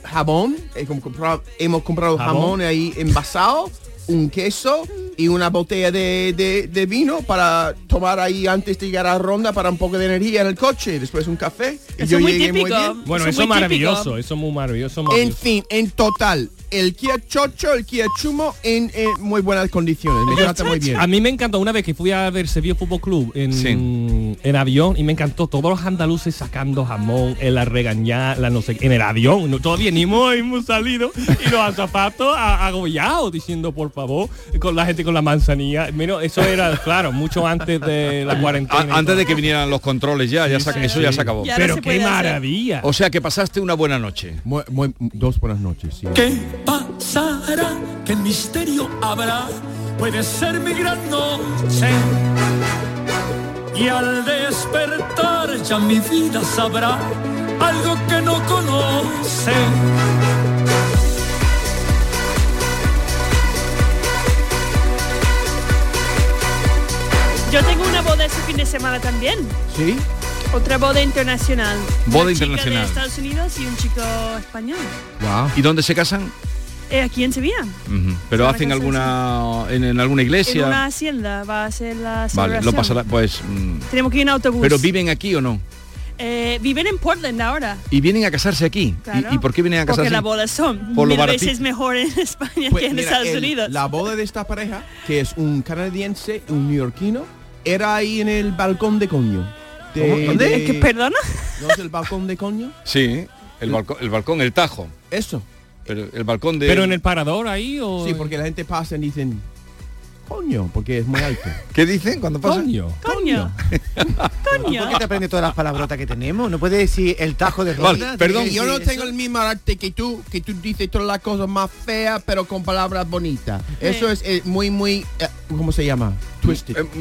C: Jabón, eh, com- compra- hemos comprado
B: Jabón.
C: jamón. ahí envasado, un queso y una botella de, de- de vino para tomar ahí antes de llegar a ronda para un poco de energía en el coche, después un café. y
E: Eso es muy
C: llegué
E: típico.
C: bien.
E: Bueno, eso es maravilloso, eso es muy maravilloso.
C: En
E: maravilloso.
C: fin, en total, el Kia Chocho, el Kia Chumo en, en muy buenas condiciones. Me trata muy bien.
E: A mí me encantó una vez que fui a ver Sevilla Fútbol Club en, en avión y me encantó todos los andaluces sacando jamón, en la regañada, la no sé qué, en el avión. No, todavía ni hemos, hemos salido y los azafatos a- agobiados diciendo por favor con la gente con la manzanilla. Menos eso era claro mucho antes de la cuarentena. y
C: Ah,
A: A- antes
E: todo.
A: de que vinieran los controles ya, ya saca- eso ya se acabó.
E: Y ahora Pero se qué puede hacer. maravilla.
A: O sea que pasaste una buena noche.
C: Muy- muy- dos buenas noches. sí.
I: ¿Qué pasará? ¿Qué misterio habrá? Puede ser mi gran noche. Y al despertar ya mi vida sabrá algo que no conoce.
D: Yo tengo una boda este fin de semana también.
C: Sí.
D: Otra boda internacional.
A: Boda
D: Una chica
A: internacional.
D: de Estados Unidos y un chico español.
A: ¿Y dónde se casan?
D: Eh, aquí en Sevilla.
A: Ujú. Pero
D: Van a
A: hacen alguna en, en alguna
D: En una
A: iglesia.
D: hacienda va a ser la
A: Vale, lo
D: celebración. Pues
A: pasará pues. mm.
D: Tenemos que ir en autobús.
A: Pero viven aquí o no?
D: Eh, viven en Portland ahora.
A: Y vienen a casarse aquí. ¿Y-
D: Claro.
A: ¿Y, por qué vienen a
D: Porque
A: casarse?
D: las bodas son
A: Por lo
D: mil
A: baratito.
D: veces mejor en España
C: Pues
D: que en
C: mira,
D: Estados
C: el-
D: Unidos.
C: La boda de esta pareja, que es un canadiense, un neoyorquino, era ahí en el balcón de coño. De-
A: ¿Cómo? ¿Dónde?
C: de-
A: ¿Qué,
D: perdona?
C: ¿No es el balcón de coño?
A: Sí, el balcón, el balcón, el tajo.
C: Eso.
A: Pero el balcón de.
E: parador ahí o.
C: Sí, porque la gente pasa y dicen coño, porque es muy alto.
A: ¿Qué dicen cuando
B: pasan?
E: Coño.
D: Coño.
B: ¿Por qué te aprendes todas las palabrotas que tenemos? ¿No puedes decir el tajo de ronda?
C: Sí,
B: ¿Tienes
C: sí,
B: que
C: yo no
B: decir
C: tengo el mismo arte que tú, que tú dices todas las cosas más feas, pero con palabras bonitas. Eso es eh, muy, muy, eh, ¿cómo se llama? Twisted. ah,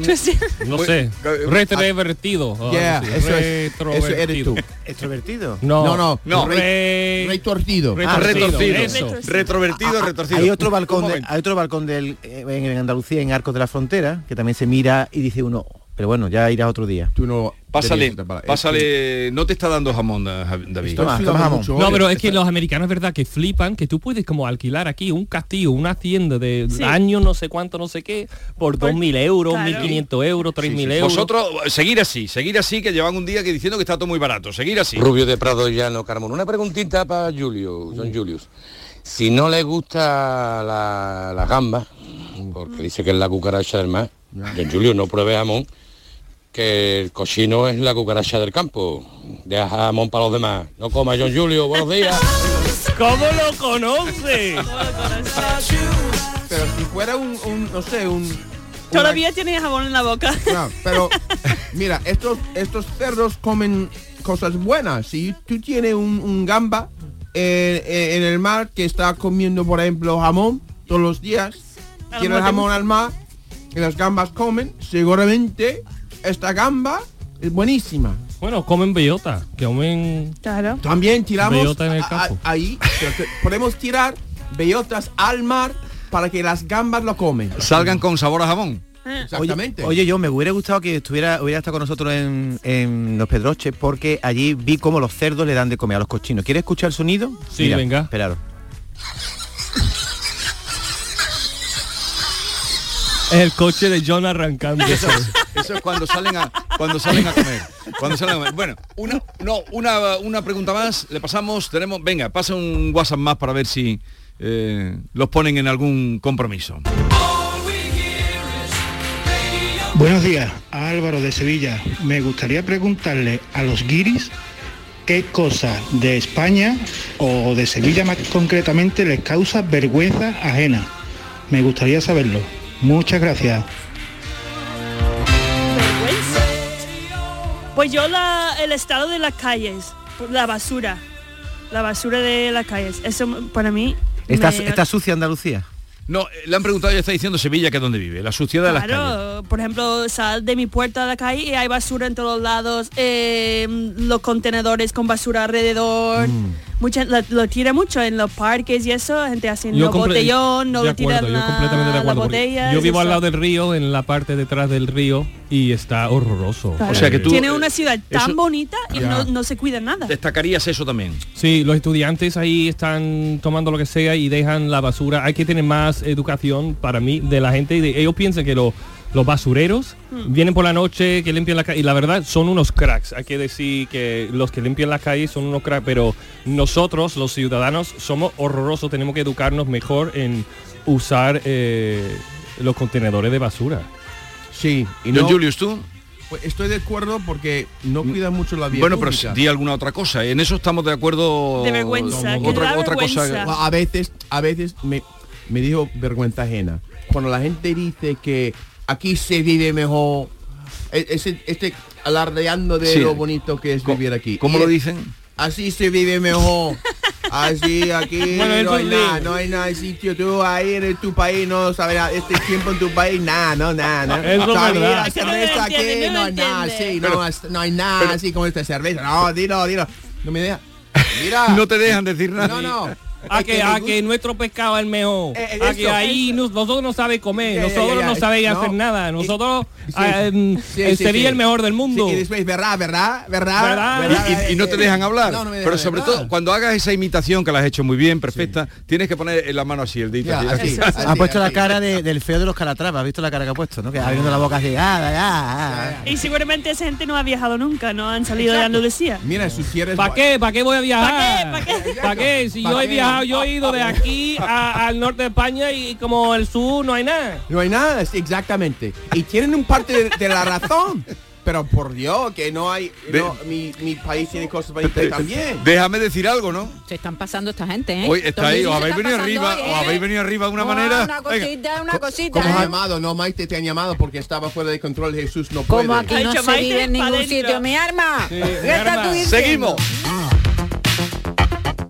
E: No sé. Retrovertido. o algo
C: Yeah,
E: así.
C: eso es. Eso eres tú.
E: Retrovertido.
B: ¿Extrovertido?
E: No.
C: no, no,
E: No.
C: re- retorcido.
B: Ah,
A: Retrovertido,
B: Ah, ah,
A: retorcido.
B: Hay otro balcón,
A: Un
B: de- hay otro balcón del, eh, en en Andalucía, en Arcos de la Frontera, que también se mira y dice uno, pero bueno, ya irás otro día.
C: Tú no.
A: Pásale, pásale. No te está dando jamón, da- David.
B: Toma, toma jamón.
E: No, pero es que los americanos es verdad que flipan que tú puedes como alquilar aquí un castillo, una hacienda de
A: Sí.
E: años no sé cuánto, no sé qué, por 2.000 euros,
A: claro.
E: 1.500 euros, 3.000 euros.
A: Vosotros, eh, seguir así, seguir así, que llevan un día que diciendo que está todo muy barato. Seguir así.
J: Rubio de Prado Llano Carmona. Una preguntita para Julio, John Julius. Si no le gusta la, la gamba, porque dice que es la cucaracha del mar, John Julius, no pruebe jamón, que el cochino es la cucaracha del campo. Deja jamón para los demás. No coma, John Julio, buenos días.
E: ¿Cómo lo conoce?
C: pero si fuera un, un, no sé, un...
D: Todavía tiene jabón en la boca.
C: No, pero mira, estos, estos cerdos comen cosas buenas. Si tú tienes un, un gamba eh, eh, en el mar que está comiendo, por ejemplo, jamón todos los días,
J: A lo mejor
C: tiene el
J: te
C: jamón
J: gusta.
C: al mar y las gambas comen, seguramente esta gamba es buenísima.
E: Bueno, comen bellota, que comen...
D: Claro.
C: También tiramos
E: Bellota en el
C: a- a-
E: campo.
C: ahí, pero que podemos tirar bellotas al mar para que las gambas lo comen.
A: Salgan con sabor a jamón.
C: Ah. Exactamente.
B: Oye, yo me hubiera gustado que estuviera, hubiera estado con nosotros en, en Los Pedroches, porque allí vi cómo los cerdos le dan de comer a los cochinos. ¿Quieres escuchar el sonido?
E: Sí, venga.
B: Esperaros.
E: El coche de John arrancando.
A: Eso es, eso es cuando salen a cuando salen a comer. Cuando salen a comer. Bueno, una no, una, una pregunta más, le pasamos, tenemos, venga, pasa un WhatsApp más para ver si eh, los ponen en algún compromiso.
K: Buenos días, a Álvaro de Sevilla. Me gustaría preguntarle a los guiris qué cosa de España o de Sevilla más concretamente les causa vergüenza ajena. Me gustaría saberlo. Muchas gracias.
D: Pues yo la, el estado de las calles, la basura, la basura de las calles. Eso para mí.
B: ¿Está,
D: me-
B: está sucia Andalucía?
A: No, eh, le han preguntado, ya está diciendo Sevilla que es donde vive, la suciedad de las calles.
D: Claro, por ejemplo, sal de mi puerta a la calle y em,
E: Mm.
D: hay basura en todos lados, eh, los contenedores con basura alrededor, mucha lo, lo tira mucho en los parques y eso, la gente haciendo
E: Yo comple-
D: botellón, no
E: de
D: lo tira
E: acuerdo,
D: en
E: yo completamente de
D: la, la
E: acuerdo, porque
D: botella.
E: Yo vivo
D: eso.
E: al lado del río, en la parte detrás del río, y está horroroso.
D: Claro. Tiene una ciudad tan
E: eso-
D: bonita y
E: Ya.
D: no, no se cuida nada.
A: Destacarías eso también.
E: Sí, los estudiantes ahí están tomando lo que sea y dejan la basura. Hay que tener más educación para mí de la gente. De- Ellos piensan que lo- los basureros vienen por la noche, que limpian la calle. Y la verdad, son unos cracks. Hay que decir que los que limpian las calles son unos cracks. Pero nosotros, los ciudadanos, somos horrorosos. Tenemos que educarnos mejor en usar eh, los contenedores de basura.
C: Sí.
E: ¿Y
A: Don Julius, tú?
C: Pues estoy de acuerdo porque no cuidan mucho la vía
A: Bueno, pero
C: pública.
A: di alguna otra cosa. En eso estamos de acuerdo. Otra, otra cosa.
C: A veces, a veces me, me dijo vergüenza ajena. Cuando la gente dice que aquí se vive mejor, e- ese, este alardeando de
A: Sí.
C: lo bonito que es vivir aquí.
A: ¿Cómo
C: Y
A: lo
C: es-
A: dicen?
C: Así se vive mejor. Así, aquí
A: Bueno,
C: no
A: eso
C: hay
A: sí.
C: nada, no hay nada de sitio. Tú ahí en tu país no sabes nada. Este tiempo en tu país, nada, no, nada. No.
E: Eso es
C: Todavía
E: verdad.
C: la
E: Es que no lo
C: cerveza aquí,
E: entiende,
C: no,
E: no lo
C: hay nada,
E: entiende.
C: sí, no,
E: Pero-
C: es- no hay nada así como esta cerveza. No, dilo, dilo. No me deja. Mira.
A: No te dejan decir nada.
C: No, no.
E: A
C: Es
E: que,
C: me
E: a
C: gusta-
E: que nuestro pescado es el mejor.
C: Eh, eh,
E: a que
C: eso.
E: ahí nos- nosotros no sabe comer,
C: Ya, ya,
E: nosotros
C: ya, ya.
E: no sabe
C: No.
E: hacer nada. Nosotros ah, em,
C: Sí,
E: eh,
C: sí,
E: sería
C: sí.
E: el mejor del mundo.
C: Sí, y después, ¿verdad, verdad, verdad?
E: ¿Verdad?
A: Y, y no te dejan hablar.
C: eh, No, no me dejan
A: pero sobre
C: hablar.
A: todo, cuando hagas esa imitación que la has hecho muy bien, perfecta, tienes que poner eh, la mano así, el dedito.
B: Ya,
A: así,
B: así,
C: Ah,
A: así.
B: ha puesto la cara de- del feo de los calatrava, ¿has visto la cara que ha puesto? ¿no? Que abriendo la boca así, ah, ah, ah, ah.
D: Y seguramente esa gente no ha viajado nunca, no han salido de
E: Exacto.
D: Andalucía.
C: Mira, su tierra
E: ¿Para qué? ¿Para qué voy a viajar?
D: ¿Para qué? ¿Para qué?
E: ¿Para qué? Si
D: ¿Para
E: yo he
D: qué?
E: viajado, yo he ido de aquí a- al norte de España y como el sur no hay nada.
C: No hay nada, sí, exactamente. Y tienen un parte de, de la razón. Pero por Dios, que no hay... no, mi, mi país tiene cosas para
A: Eh,
C: pues, también.
A: Déjame decir algo, ¿no?
L: Se están pasando esta gente, ¿eh?
A: Hoy está eh? ahí, os habéis venido arriba,
L: o
A: os habéis venido arriba de una manera.
L: ¿eh? Una
A: Venga.
L: cosita, una cosita.
C: Como
L: ¿eh?
C: han llamado, no, Maite, te han llamado porque estaba fuera de control, Jesús no puede.
L: Como aquí no se vive en ningún sitio. Mi arma.
C: Sí,
L: ¿Qué
C: mi
L: estás
C: arma.
L: tú diciendo?
C: Seguimos.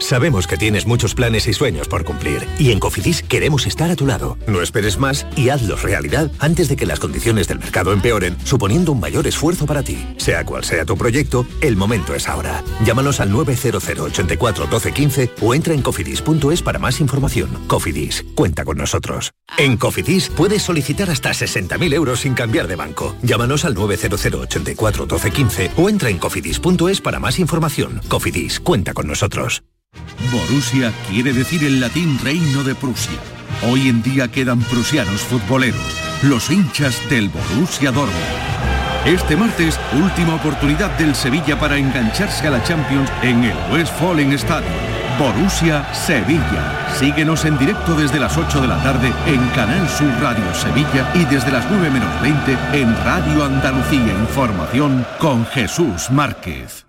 M: Sabemos que tienes muchos planes y sueños por cumplir y en Cofidis queremos estar a tu lado. No esperes más y hazlos realidad antes de que las condiciones del mercado empeoren, suponiendo un mayor esfuerzo para ti. Sea cual sea tu proyecto, el momento es ahora. Llámanos al 900 84 12 15 o entra en cofidis.es para más información. Cofidis, cuenta con nosotros. En Cofidis puedes solicitar hasta 60.000 euros sin cambiar de banco. Llámanos al 900 84 12 15 o entra en cofidis.es para más información. Cofidis, cuenta con nosotros.
N: Borussia quiere decir en latín reino de Prusia. Hoy en día quedan prusianos futboleros, los hinchas del Borussia Dortmund. Este martes, última oportunidad del Sevilla para engancharse a la Champions en el Westfalen Stadium. Borussia Sevilla. Síguenos en directo desde las 8 de la tarde en Canal Sur Radio Sevilla y desde las 9 menos 20 en Radio Andalucía Información con Jesús Márquez.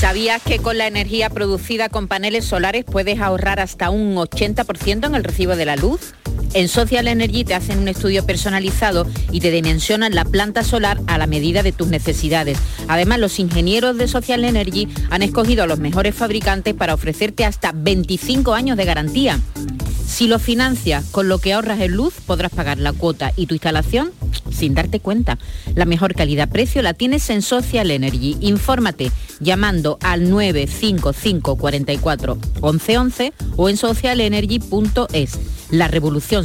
L: ¿Sabías que con la energía producida con paneles solares puedes ahorrar hasta un 80% en el recibo de la luz? En Social Energy te hacen un estudio personalizado y te dimensionan la planta solar a la medida de tus necesidades. Además, los ingenieros de Social Energy han escogido a los mejores fabricantes para ofrecerte hasta 25 años de garantía. Si lo financias con lo que ahorras en luz, podrás pagar la cuota y tu instalación sin darte cuenta. La mejor calidad-precio la tienes en Social Energy. Infórmate llamando al 955 44 1111 o en socialenergy.es. La revolución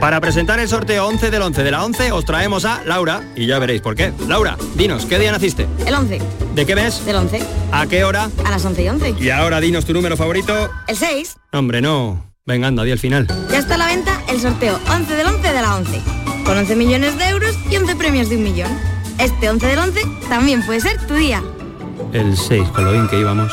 O: Para presentar el sorteo 11 del 11 de la 11 os traemos a Laura y ya veréis por qué. Laura, dinos, ¿qué día naciste?
P: El 11.
O: ¿De qué mes?
P: Del 11.
O: ¿A qué hora?
P: A las 11 y 11.
O: Y ahora dinos tu número favorito.
P: El 6.
O: Hombre, no. Venga, anda, di el final.
P: Ya está a la venta el sorteo 11 del 11 de la 11. Con 11 millones de euros y 11 premios de un millón. Este 11 del 11 también puede ser tu día.
O: El 6, con lo bien que íbamos.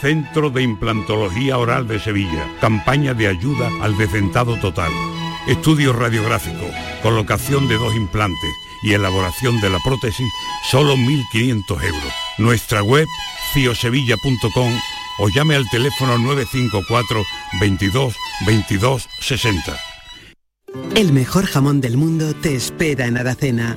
Q: Centro de Implantología Oral de Sevilla. Campaña de ayuda al decentado total. Estudio radiográfico, colocación de dos implantes y elaboración de la prótesis, solo 1.500 euros. Nuestra web, ciosevilla.com o llame al teléfono 954 22 22 60.
R: El mejor jamón del mundo te espera en Aracena.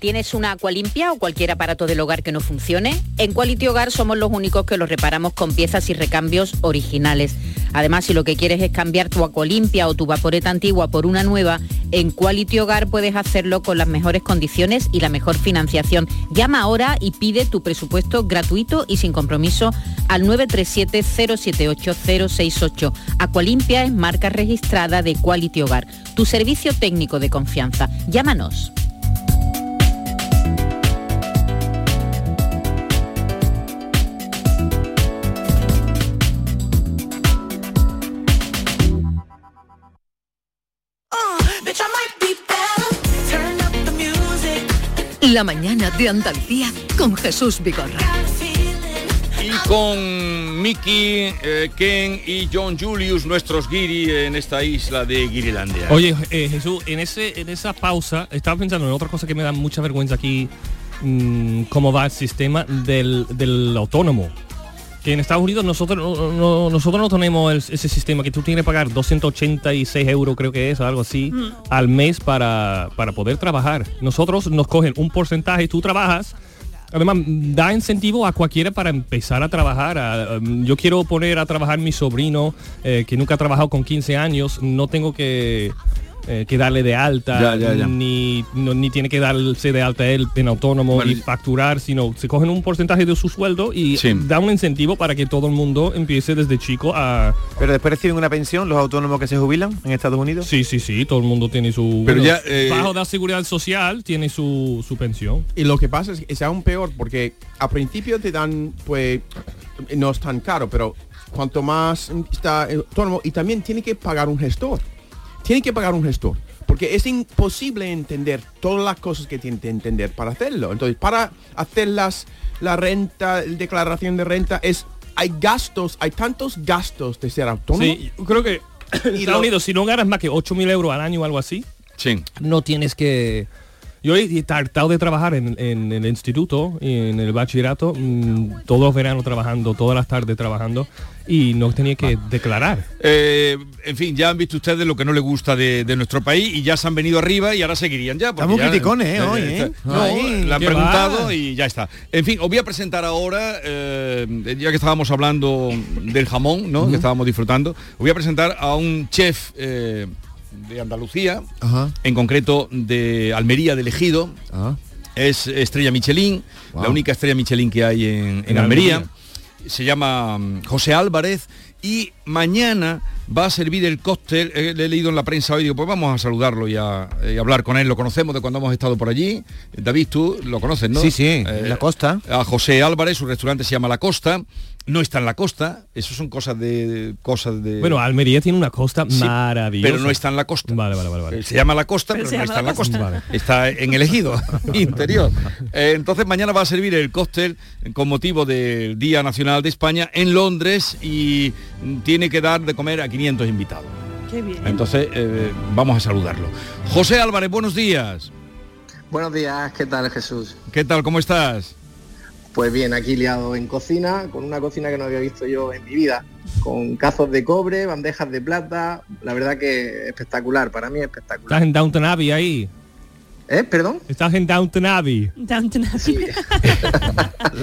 L: ¿Tienes una agua limpia o cualquier aparato del hogar que no funcione? En Quality Hogar somos los únicos que los reparamos con piezas y recambios originales. Además, si lo que quieres es cambiar tu limpia o tu vaporeta antigua por una nueva, en Quality Hogar puedes hacerlo con las mejores condiciones y la mejor financiación. Llama ahora y pide tu presupuesto gratuito y sin compromiso al 937-078-068. Acualimpia es marca registrada de Quality Hogar, tu servicio técnico de confianza. Llámanos.
F: Uh, Bitch, I might be better. Turn up the music.
S: La mañana de Andalucía con Jesús Vigorra.
A: Y con Mickey, eh, Ken y John Julius, nuestros guiri en esta isla de Guirilandia.
E: Oye, eh, Jesús, en, ese, en esa pausa estaba pensando en otra cosa que me da mucha vergüenza aquí, mm, cómo va el sistema del, del autónomo. Que en Estados Unidos nosotros no, no- nosotros no tenemos el- ese sistema que tú tienes que pagar 286 euros, creo que es, algo así,
T: Mm.
E: al mes para, para poder trabajar. Nosotros nos cogen un porcentaje, tú trabajas. Además, da incentivo a cualquiera para empezar a trabajar. a- um, yo quiero poner a trabajar mi sobrino, eh, que nunca ha trabajado con 15 años, no tengo que, eh, que darle de alta,
A: Ya, ya, ya.
E: Ni, no- ni tiene que darse de alta él en autónomo y facturar, sino se cogen un porcentaje de su sueldo y
B: Sí.
E: da un incentivo para que todo el mundo empiece desde chico a...
B: Pero después reciben una pensión los autónomos que se jubilan en Estados Unidos.
E: Sí, sí, sí, todo el mundo tiene su...
C: Pero ya,
B: eh,
E: Bajo la seguridad social tiene su, su pensión.
C: Y lo que pasa es que es aún peor porque al principio te dan, pues, no es tan caro, pero cuanto más está el autónomo y también tiene que pagar un gestor. Tiene que pagar un gestor. Porque es imposible entender todas las cosas que tiene que entender para hacerlo. Entonces, para hacer las, la renta, la declaración de renta, es hay gastos, hay tantos gastos de ser autónomo.
E: Sí, yo creo que en Estados Unidos, si no ganas más que 8.000 euros al año o algo así,
A: Sí.
E: no tienes que Yo he tratado de trabajar en, en el instituto, en el bachillerato, mm, todos los veranos trabajando, todas las tardes trabajando, y no tenía que declarar.
A: Eh, en fin, ya han visto ustedes lo que no le gusta de, de nuestro país y ya se han venido arriba y ahora seguirían ya. porque
B: Estamos
A: ya-
B: criticones, eh, hoy, eh.
A: No,
B: Ay,
A: le han
B: qué
A: preguntado
B: va.
A: y ya está. En fin, os voy a presentar ahora, eh, ya que estábamos hablando del jamón, ¿no? Que estábamos disfrutando, os voy a presentar a un chef eh, de Andalucía,
C: Ajá.
A: en concreto de Almería de Ejido.
B: Ah.
A: Es estrella Michelin, la única estrella Michelin que hay en, en
C: En
A: Almería.
C: Almería.
A: Se llama mm, José Álvarez y mañana va a servir el cóctel. eh, le he leído en la prensa hoy, digo, pues vamos a saludarlo y a eh, y a hablar con él. Lo conocemos de cuando hemos estado por allí. David, tú lo conoces, ¿no?
B: Sí, sí, en
A: Eh,
B: la costa.
A: a José Álvarez, su restaurante se llama La Costa. No está en la costa, eso son cosas de cosas de
E: Bueno, Almería tiene una costa
A: Sí,
E: maravillosa.
A: Pero no está en la costa.
E: Vale, vale, vale. vale.
A: Se llama la costa,
E: Pero
A: pero,
E: se
A: no
E: llama
A: está en
E: la
A: la costa.
E: costa.
A: Está en el ejido interior. Eh, entonces mañana va a servir el cóctel con motivo del Día Nacional de España en Londres y mm, tiene que dar de comer a 500 invitados.
U: Qué bien.
A: Entonces eh, vamos a saludarlo. José Álvarez, buenos días.
U: Buenos días, ¿qué tal Jesús?
A: ¿Qué tal? ¿Cómo estás?
U: Pues bien, aquí liado en cocina, con una cocina que no había visto yo en mi vida, con cazos de cobre, bandejas de plata, la verdad que espectacular, para mí espectacular.
E: Estás en Downton Abbey ahí.
U: ¿Eh? ¿Perdón?
E: Estás en Downton Abbey.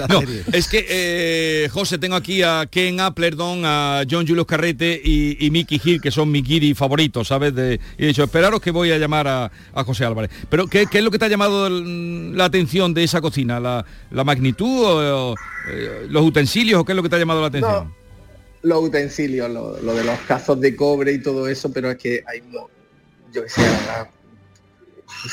A: No, es que eh, José, tengo aquí a Ken Applerdon, a John Julius Carrete y, y Mickey Hill, que son mi guiri favoritos, ¿sabes? De- y he dicho, esperaros que voy a llamar a, a José Álvarez. Pero, ¿qué, qué es lo que te ha llamado el- la atención de esa cocina? ¿La, la magnitud o, o, eh, los utensilios o qué es lo que te ha llamado la atención?
U: Los utensilios, lo, lo de los cazos de cobre y todo eso, pero es que hay, mo- yo que sé, habrá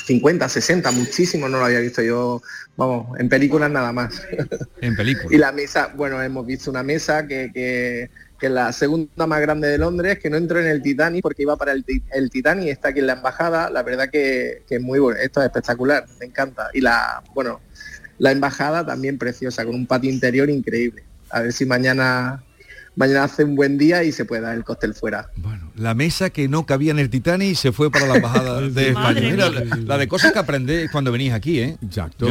U: 50, 60, muchísimo, no lo había visto yo, vamos, en películas nada más.
A: En película.
U: Y la mesa, bueno, hemos visto una mesa que, que, que es la segunda más grande de Londres, que no entró en el Titanic porque iba para el, Ti- el Titanic, está aquí en la embajada, la verdad que, que es muy bueno, esto es espectacular, me encanta. Y la, bueno, la embajada también preciosa, con un patio interior increíble. A ver si mañana, mañana hace un buen día y se puede dar el cóctel fuera.
A: La mesa que no cabía en el Titanic se fue para la embajada de España.
U: Madre
A: Mira,
U: mía.
A: la, la de cosas que aprendéis cuando venís aquí, ¿eh? Exacto.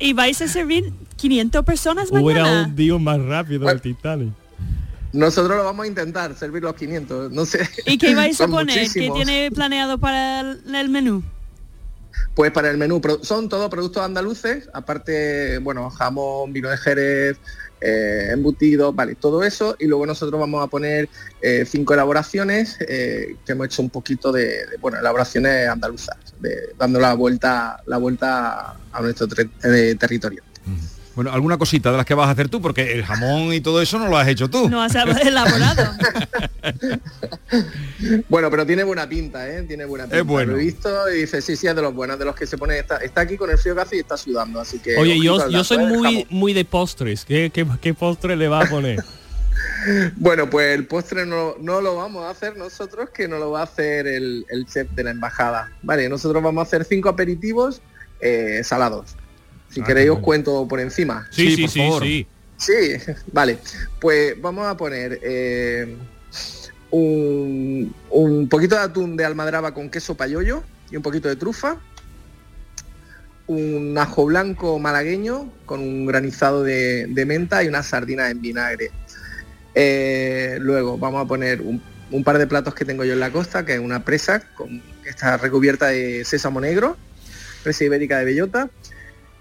D: ¿Y vais a servir 500 personas
E: Hubiera
D: mañana?
E: un día más rápido el Titanic.
U: Nosotros lo vamos a intentar, servir los 500, no sé.
D: ¿Y qué vais a
U: Son
D: poner?
U: muchísimos.
D: ¿Qué tiene planeado para el, el menú?
U: Pues para el menú, pro- son todos productos andaluces, aparte, bueno, jamón, vino de Jerez, eh, embutidos, vale, todo eso. Y luego nosotros vamos a poner eh, cinco elaboraciones eh, que hemos hecho un poquito de, de, bueno, elaboraciones andaluzas, de- dando la vuelta, la vuelta a nuestro tre- eh, territorio.
A: Bueno, alguna cosita de las que vas a hacer tú, porque el jamón y todo eso no lo has hecho tú.
D: No has elaborado.
U: Bueno, pero tiene buena pinta, ¿eh? Tiene buena pinta.
A: bueno.
U: Lo he visto y dice, sí, sí, es de los buenos, de los que se pone, está, está aquí con el frío casi y está sudando, así que...
E: Oye,
U: ojito
E: yo,
U: al
E: yo
U: dato,
E: soy
U: ¿eh?
E: muy, muy de postres. ¿Qué, qué, qué postre le va a poner?
U: Bueno, pues el postre no, no lo vamos a hacer nosotros, que no lo va a hacer el, el chef de la embajada. Vale, nosotros vamos a hacer cinco aperitivos eh, salados. Si
E: Ah,
U: queréis
E: qué
U: os
E: bueno.
U: cuento por encima.
E: Sí, Sí, sí, por sí, favor. sí.
U: Sí, vale. Pues vamos a poner eh, un, un poquito de atún de almadraba con queso payollo y un poquito de trufa. Un ajo blanco malagueño con un granizado de, de menta y unas sardinas en vinagre. Eh, luego vamos a poner un, un par de platos que tengo yo en la costa, que es una presa con, que está recubierta de sésamo negro, presa ibérica de bellota,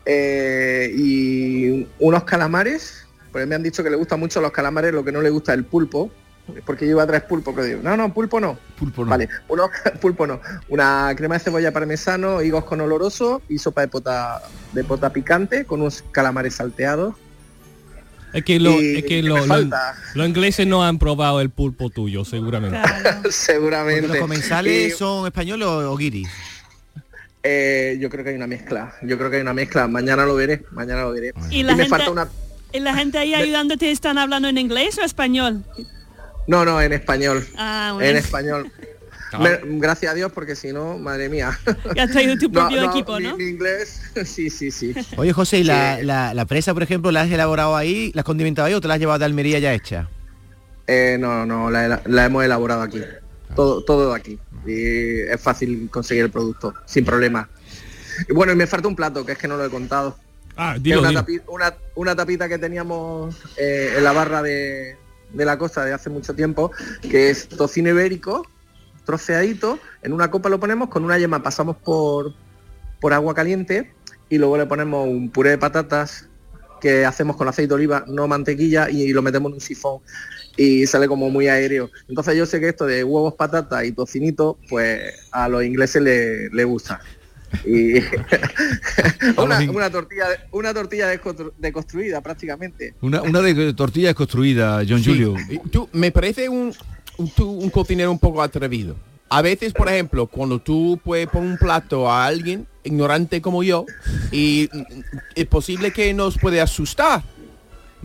U: eh, y unos calamares, porque me han dicho que le gustan mucho los calamares, lo que no le gusta es el pulpo, porque lleva tres pulpos, pero digo, no, no, pulpo no.
A: Pulpo
U: Vale, unos, pulpo no. Una crema de cebolla parmesano, higos con oloroso y sopa de pota, de pota picante con unos calamares salteados.
E: Es que, lo,
U: Y-
E: es que
U: ¿qué
E: lo-
U: me
E: lo-
U: falta?
E: los ingleses no han probado el pulpo tuyo, seguramente.
U: Seguramente.
B: ¿Los comensales
U: Y-
B: son españoles o, o guiris?
U: Eh, yo creo que hay una mezcla. Yo creo que hay una mezcla. Mañana lo veré. Mañana lo veré.
D: ¿Y la
U: me
D: gente-
U: falta una.
D: ¿Y la gente ahí ayudándote están hablando en inglés o español?
U: No, no, en español.
D: Ah, bueno.
U: En español.
B: Ah.
U: Me- gracias a Dios porque si no, madre mía.
D: Ya has traído tu
U: No,
D: propio
U: no,
D: equipo,
U: mi-
D: ¿no?
U: mi inglés, sí, sí, sí.
B: Oye, José, ¿y la,
U: Sí.
B: la- la presa, por ejemplo, la has elaborado ahí, la has condimentado ahí o te la has llevado de Almería ya hecha?
U: Eh, no, no, la, la hemos elaborado aquí. Todo, todo de aquí. Y es fácil conseguir el producto, sin problema. Y bueno, y me falta un plato, que es que no lo he contado.
E: Ah,
U: Que es
E: dilo,
U: una,
E: dilo.
U: tapi- una- una tapita que teníamos eh, en la barra de, de la costa de hace mucho tiempo, que es tocino ibérico, troceadito, en una copa lo ponemos, con una yema pasamos por, por agua caliente y luego le ponemos un puré de patatas que hacemos con aceite de oliva, no mantequilla, y lo metemos en un sifón y sale como muy aéreo. Entonces yo sé que esto de huevos, patatas y tocinito, pues a los ingleses le, le gusta. Y una, una tortilla, de- una tortilla descontru- deconstruida prácticamente.
A: Una, una de tortilla desconstruida, John Julio.
C: Y Tú, me parece un, un, tú, un cocinero un poco atrevido. A veces, por ejemplo, cuando tú puedes poner un plato a alguien ignorante como yo, y mm, es posible que nos puede asustar,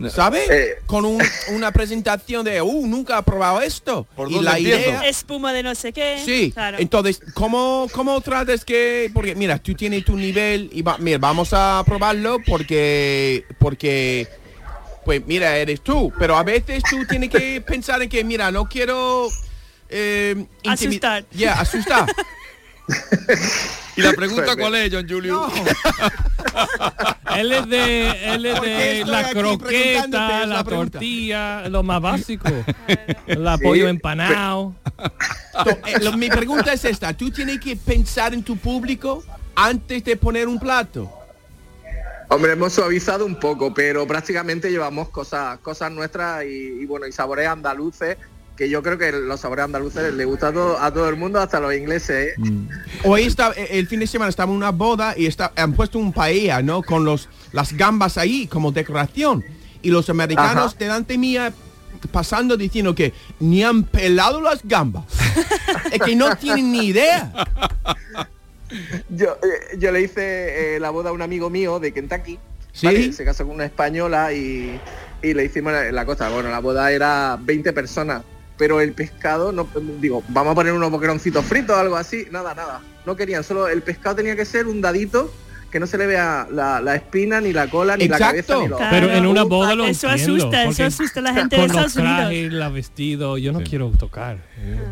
C: ¿sabes? Con un- una presentación de, uh, nunca he probado esto. y la idea,
D: Espuma de no sé qué.
C: Sí,
D: Claro.
C: entonces, ¿cómo, ¿cómo tratas que...? Porque, mira, tú tienes tu nivel y va, mira, vamos a probarlo porque... porque pues mira, eres tú, pero a veces tú tienes que pensar en que, mira, no quiero... eh, intimi-
D: Asustar.
C: Ya, asustar.
A: ¿Y la pregunta cuál es, John Julio?
E: Él es de, él es
A: ¿Por
E: de
A: qué estoy
E: la
A: aquí
E: croqueta,
A: preguntándote?
E: la,
A: Es la pregunta.
E: tortilla, lo más básico. El pollo empanado.
C: To- eh, lo- mi pregunta es esta, ¿tú tienes que pensar en tu público antes de poner un plato?
U: Hombre, hemos suavizado un poco, pero prácticamente llevamos cosas, cosas nuestras y, y bueno, y sabores andaluces, que yo creo que los sabores andaluces les gusta a todo, a todo el mundo, hasta a los ingleses. ¿eh?
C: Mm. Hoy está, eh, el fin de semana estaba en una boda y está, han puesto un paella, ¿no? Con los, las gambas ahí como decoración. Y los americanos
U: Ajá.
C: delante mía pasando diciendo que ni han pelado las gambas. es que no tienen ni idea.
U: Yo, eh, yo le hice eh, la boda a un amigo mío de Kentucky.
C: ¿Sí?
U: ¿vale? Se casó con una española y, y le hicimos la, la cosa. Bueno, la boda era 20 personas, pero el pescado, no digo, vamos a poner unos boqueroncitos fritos o algo así. Nada, nada. No querían, solo el pescado tenía que ser un dadito que no se le vea la, la espina, ni la cola, ni la cabeza. Ni los-
E: Pero en una boda lo
D: Eso
E: entiendo,
D: asusta, eso
E: porque
D: asusta a la gente de
E: con
D: Estados
E: los
D: Unidos.
E: trajes, la vestido, yo no quiero tocar.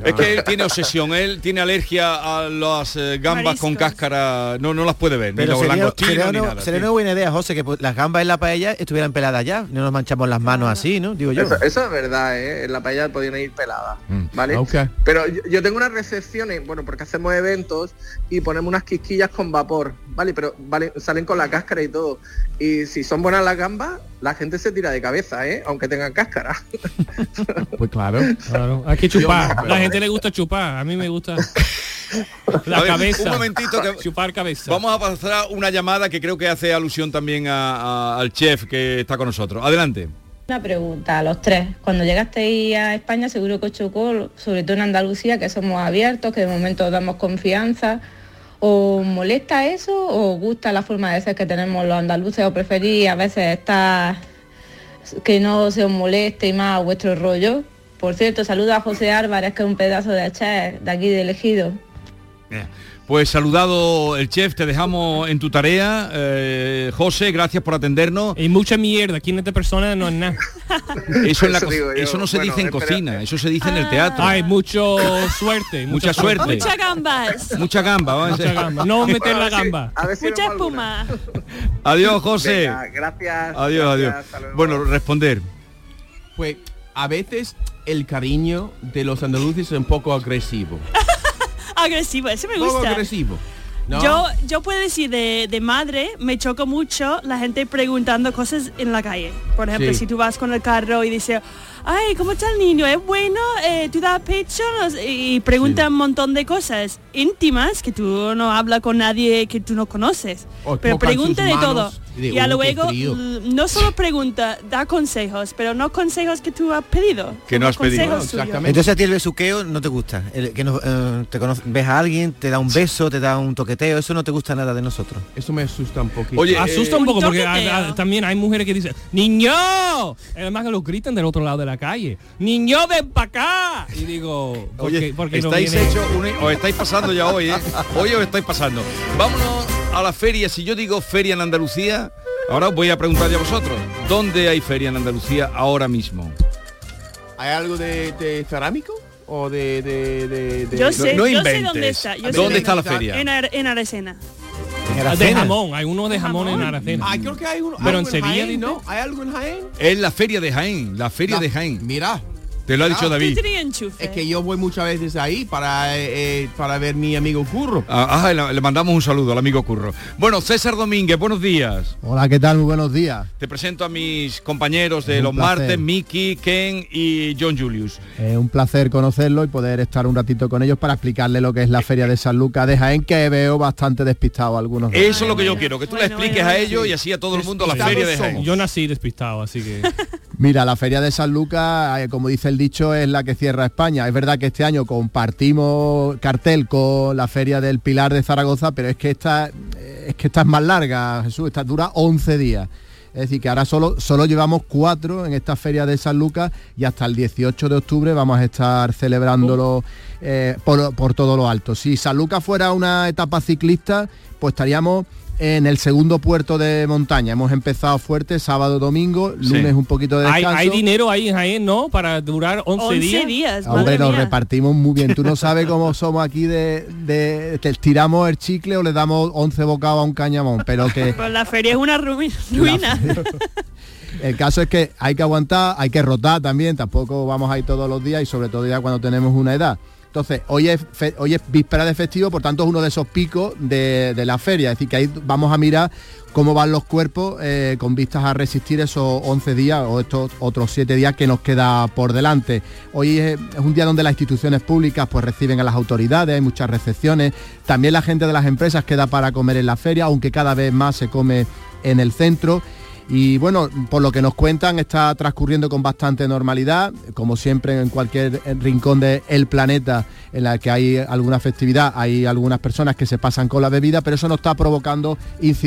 A: Es que él tiene obsesión, él tiene alergia a las eh, gambas con cáscara, no, no las puede ver, ni
B: Pero
A: los
B: sería,
A: langostinos
B: sería
A: ni
B: una-
A: nada.
B: sería
A: sí.
B: una buena idea, José, que pues, las gambas en la paella estuvieran peladas ya, no nos manchamos las manos así, ¿no? Digo yo.
U: Eso, eso es verdad, ¿eh? En la paella podían ir pelada,
E: Mm. Ah,
U: ¿vale? Pero yo, yo tengo unas recepciones, bueno, porque hacemos eventos y ponemos unas quisquillas con vapor, ¿vale? Pero vale, salen con la cáscara y todo. Y si son buenas las gambas, la gente se tira de cabeza, ¿eh? Aunque tengan cáscara.
C: Pues claro.
E: Claro, hay que chupar. la gente le gusta chupar, a mí me gusta
A: A
E: la
A: ver,
E: cabeza.
A: Un momentito que
E: chupar cabeza.
A: Vamos a pasar una llamada que creo que hace alusión también a- a- al chef que está con nosotros. Adelante.
G: Una pregunta a los tres. Cuando llegasteis a España seguro que os chocó, sobre todo en Andalucía, que somos abiertos, que de momento damos confianza. ¿Os molesta eso o os gusta la forma de ser que tenemos los andaluces o preferís a veces estar que no se os moleste y más vuestro rollo? Por cierto, saluda a José Álvarez, que es un pedazo de chef de aquí de elegido.
A: Pues saludado el chef, te dejamos en tu tarea. Eh, José, gracias por atendernos.
E: Y mucha mierda, 500 personas no es nada.
A: Eso, en la
E: Eso
A: co-
E: digo yo.
A: eso no se
E: Bueno,
A: dice en
E: espera.
A: cocina, eso se dice en el teatro.
E: Ah, Hay mucho suerte.
A: Mucha suerte.
D: Muchas gambas.
A: Mucha gamba, vamos a
E: Mucha
A: decir.
E: gamba. No meter la gamba.
D: Mucha espuma.
A: Adiós, José.
C: Venga, gracias,
A: Adiós,
C: gracias, hasta
A: adiós. Bueno, responder.
C: Pues a veces el cariño de los andaluces es un poco agresivo.
D: Agresivo, eso me
C: Un poco
D: gusta.
C: agresivo. ¿no?
D: Yo, yo puedo decir de, de madre, me choca mucho la gente preguntando cosas en la calle. Por ejemplo,
H: Sí.
D: si tú vas con el carro y dices, ay, ¿cómo está el niño? ¿Es bueno? Eh, ¿Tú das pecho? No sé, Y pregunta un montón de cosas íntimas que tú no hablas con nadie que tú no conoces.
H: O
D: pero
H: tocan
D: pregunta
H: sus
D: de
H: manos
D: todo.
H: y de,
D: Y a
H: "Uh, qué
D: luego,
H: frío".
D: l- no solo pregunta, da consejos, pero no consejos que tú has pedido.
B: Que no has
D: pedido. Consejos suyos. Exactamente.
B: Entonces a ti el besuqueo no te gusta. El que no, eh, te conoce- ves a alguien, te da un beso, te da un toqueteo, eso no te gusta nada de nosotros.
C: Eso me asusta un poquito.
E: Oye,
A: eh,
E: asusta un poco porque a- a- también hay mujeres que dicen, niño, además que los gritan del otro lado de la calle, niño, ven para acá. Y digo, ¿por
A: Oye,
E: qué- por qué no
A: estáis
E: viene?
A: hecho un- os estáis pasando ya hoy, ¿eh? Hoy os estáis pasando. Vámonos a la feria. Si yo digo feria en Andalucía, ahora os voy a preguntar ya a vosotros. ¿Dónde hay feria en Andalucía ahora mismo?
C: ¿Hay algo de, de cerámico? O de, de, de- de-
D: Yo sé, yo sé dónde está. yo sé
A: ¿Dónde está la feria?
D: En, Ar- en Aracena.
A: En
E: Ah, De jamón, hay uno de jamón, en Aracena.
C: Ah, creo que hay uno.
E: Pero
C: algo
E: en Sevilla,
C: Jaén, ¿no? ¿Hay algo en Jaén?
A: Es la feria de Jaén, la feria de Jaén.
C: Mira.
A: Te lo ha dicho
C: Ah,
A: David.
C: Es que yo voy muchas veces ahí para, eh, eh, para ver mi amigo Curro.
A: Ah, ah, le le mandamos un saludo al amigo Curro. Bueno, César Domínguez, buenos días.
H: Hola, ¿qué tal? Muy buenos días.
A: Te presento a mis compañeros de
H: un
A: los
H: placer.
A: martes, Miki, Ken y John Julius.
H: Es un placer conocerlo y poder estar un ratito con ellos para explicarle lo que es la Feria de San Lucas de Jaén, que veo bastante despistado a algunos. de ellos.
A: Eso es lo que yo quiero, que tú le expliques a ellos y así a todo el mundo la
H: Despistados
A: feria de Jaén.
H: somos.
E: Yo nací despistado, así que...
H: Mira, la Feria de San Lucas, eh, como dice el dicho, es la que cierra España. Es verdad que este año compartimos cartel con la Feria del Pilar de Zaragoza, pero es que esta eh, es que esta es más larga, Jesús, esta dura 11 días. Es decir, que ahora solo, solo llevamos cuatro en esta feria de San Lucas y hasta el 18 de octubre vamos a estar celebrándolo eh, por, por todo lo alto. Si San Lucas fuera una etapa ciclista, pues estaríamos en el segundo puerto de montaña. Hemos empezado fuerte sábado, domingo, lunes un poquito de
E: Hay,
H: descanso.
E: hay dinero ahí en Jaén, ¿no? Para durar 11,
D: 11
E: días.
D: días,
H: Hombre, nos repartimos muy bien. Tú no sabes cómo somos aquí de, de- te tiramos el chicle o le damos 11 bocados a un cañamón, pero que
D: Pues la feria es una ruina. ruina.
H: el caso es que hay que aguantar, hay que rotar también, tampoco vamos ahí todos los días y sobre todo ya cuando tenemos una edad. Entonces, hoy es, fe- hoy es víspera de festivo, por tanto es uno de esos picos de, de la feria, es decir, que ahí vamos a mirar cómo van los cuerpos eh, con vistas a resistir esos 11 días o estos otros 7 días que nos queda por delante. Hoy es, es un día donde las instituciones públicas pues reciben a las autoridades, hay muchas recepciones, también la gente de las empresas queda para comer en la feria, aunque cada vez más se come en el centro. Y bueno, por lo que nos cuentan, está transcurriendo con bastante normalidad, como siempre en cualquier eh, rincón del planeta en la que hay alguna festividad, hay algunas personas que se pasan con la bebida, pero eso no está provocando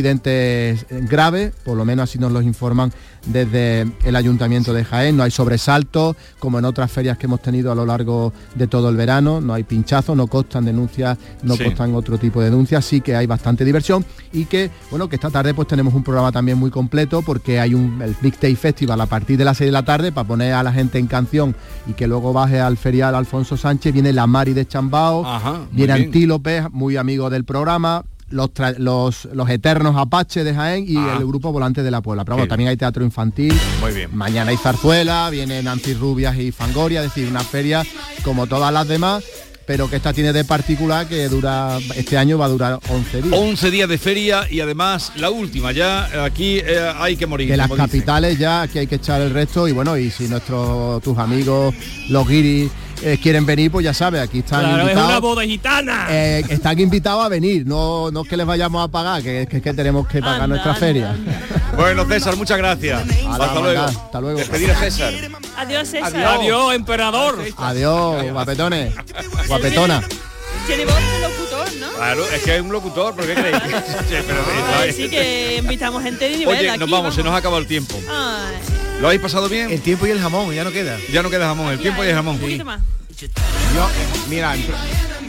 H: incidentes eh, graves, por lo menos así nos los informan desde el Ayuntamiento de Jaén, no hay sobresaltos, como en otras ferias que hemos tenido a lo largo de todo el verano, no hay pinchazos, no constan denuncias, no Sí. constan otro tipo de denuncias, sí que hay bastante diversión y que, bueno, que esta tarde pues tenemos un programa también muy completo porque hay un, el Big Day Festival a partir de las 6 de la tarde para poner a la gente en canción y que luego baje al ferial Alfonso Sánchez, viene la Mari de Chambao,
A: Ajá, muy
H: viene
A: bien.
H: Antílope, muy amigo del programa. Los, tra- los, los eternos Apache de Jaén y
A: Ah.
H: el grupo Volante de la Puebla. Pero bueno,
A: Qué
H: también hay teatro infantil.
A: Muy bien.
H: Mañana hay zarzuela, viene Nancy Rubias y Fangoria, es decir, una feria como todas las demás, pero que esta tiene de particular que dura, este año va a durar 11 días.
A: 11 días de feria y además la última, ya aquí eh, hay que morir.
H: De las
A: como dicen.
H: capitales ya aquí hay que echar el resto y bueno, y si nuestros tus amigos, los guiris, eh, quieren venir, pues ya sabes, aquí están
E: Claro, es
H: invitados.
E: una boda gitana.
H: Eh, están invitados a venir, no, no es que les vayamos a pagar, que es que, que tenemos que pagar nuestra feria.
A: Bueno, César, muchas gracias. Hasta luego.
H: venga, hasta luego.
A: Despedir a César.
D: Adiós, César.
E: Adiós, emperador.
H: Adiós, guapetones. Guapetona.
D: Tiene voz de locutor, ¿no?
A: Claro, es que es un locutor, ¿por qué creéis? Sí, pero-
D: Así que invitamos gente de nivel
A: Oye,
D: aquí.
A: nos vamos, se nos ha acabado el tiempo.
D: Ay.
A: ¿Lo habéis pasado bien? El
H: tiempo y el jamón, ya no queda.
A: Ya no queda jamón, el tiempo y el jamón.
D: Un poquito más.
C: Yo, eh, mira, en- tengo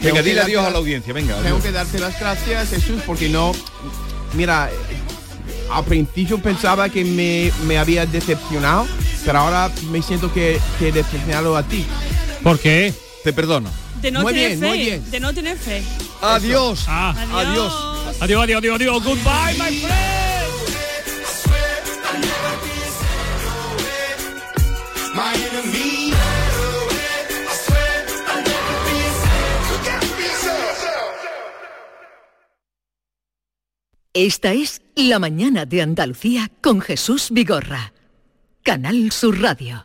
A: Venga,
C: que
A: dile
C: darte
A: adiós a
C: las-
A: la audiencia, venga.
C: Tengo
A: adiós.
C: que darte las gracias, Jesús, porque no... Mira, eh, al principio pensaba que me, me había decepcionado, pero ahora me siento que, que he decepcionado a ti.
E: ¿Por qué?
A: Te perdono.
D: De no
C: Muy
D: tener
C: bien,
D: fe.
C: muy bien.
D: De no tener fe.
A: Adiós.
D: adiós.
E: Ah. Adiós, adiós, adiós, adiós. Goodbye, my friend.
F: My enemy. I swear I'll never be a slave. You gotta be yourself.
S: Esta es La mañana de Andalucía con Jesús Vigorra. Canal Sur Radio.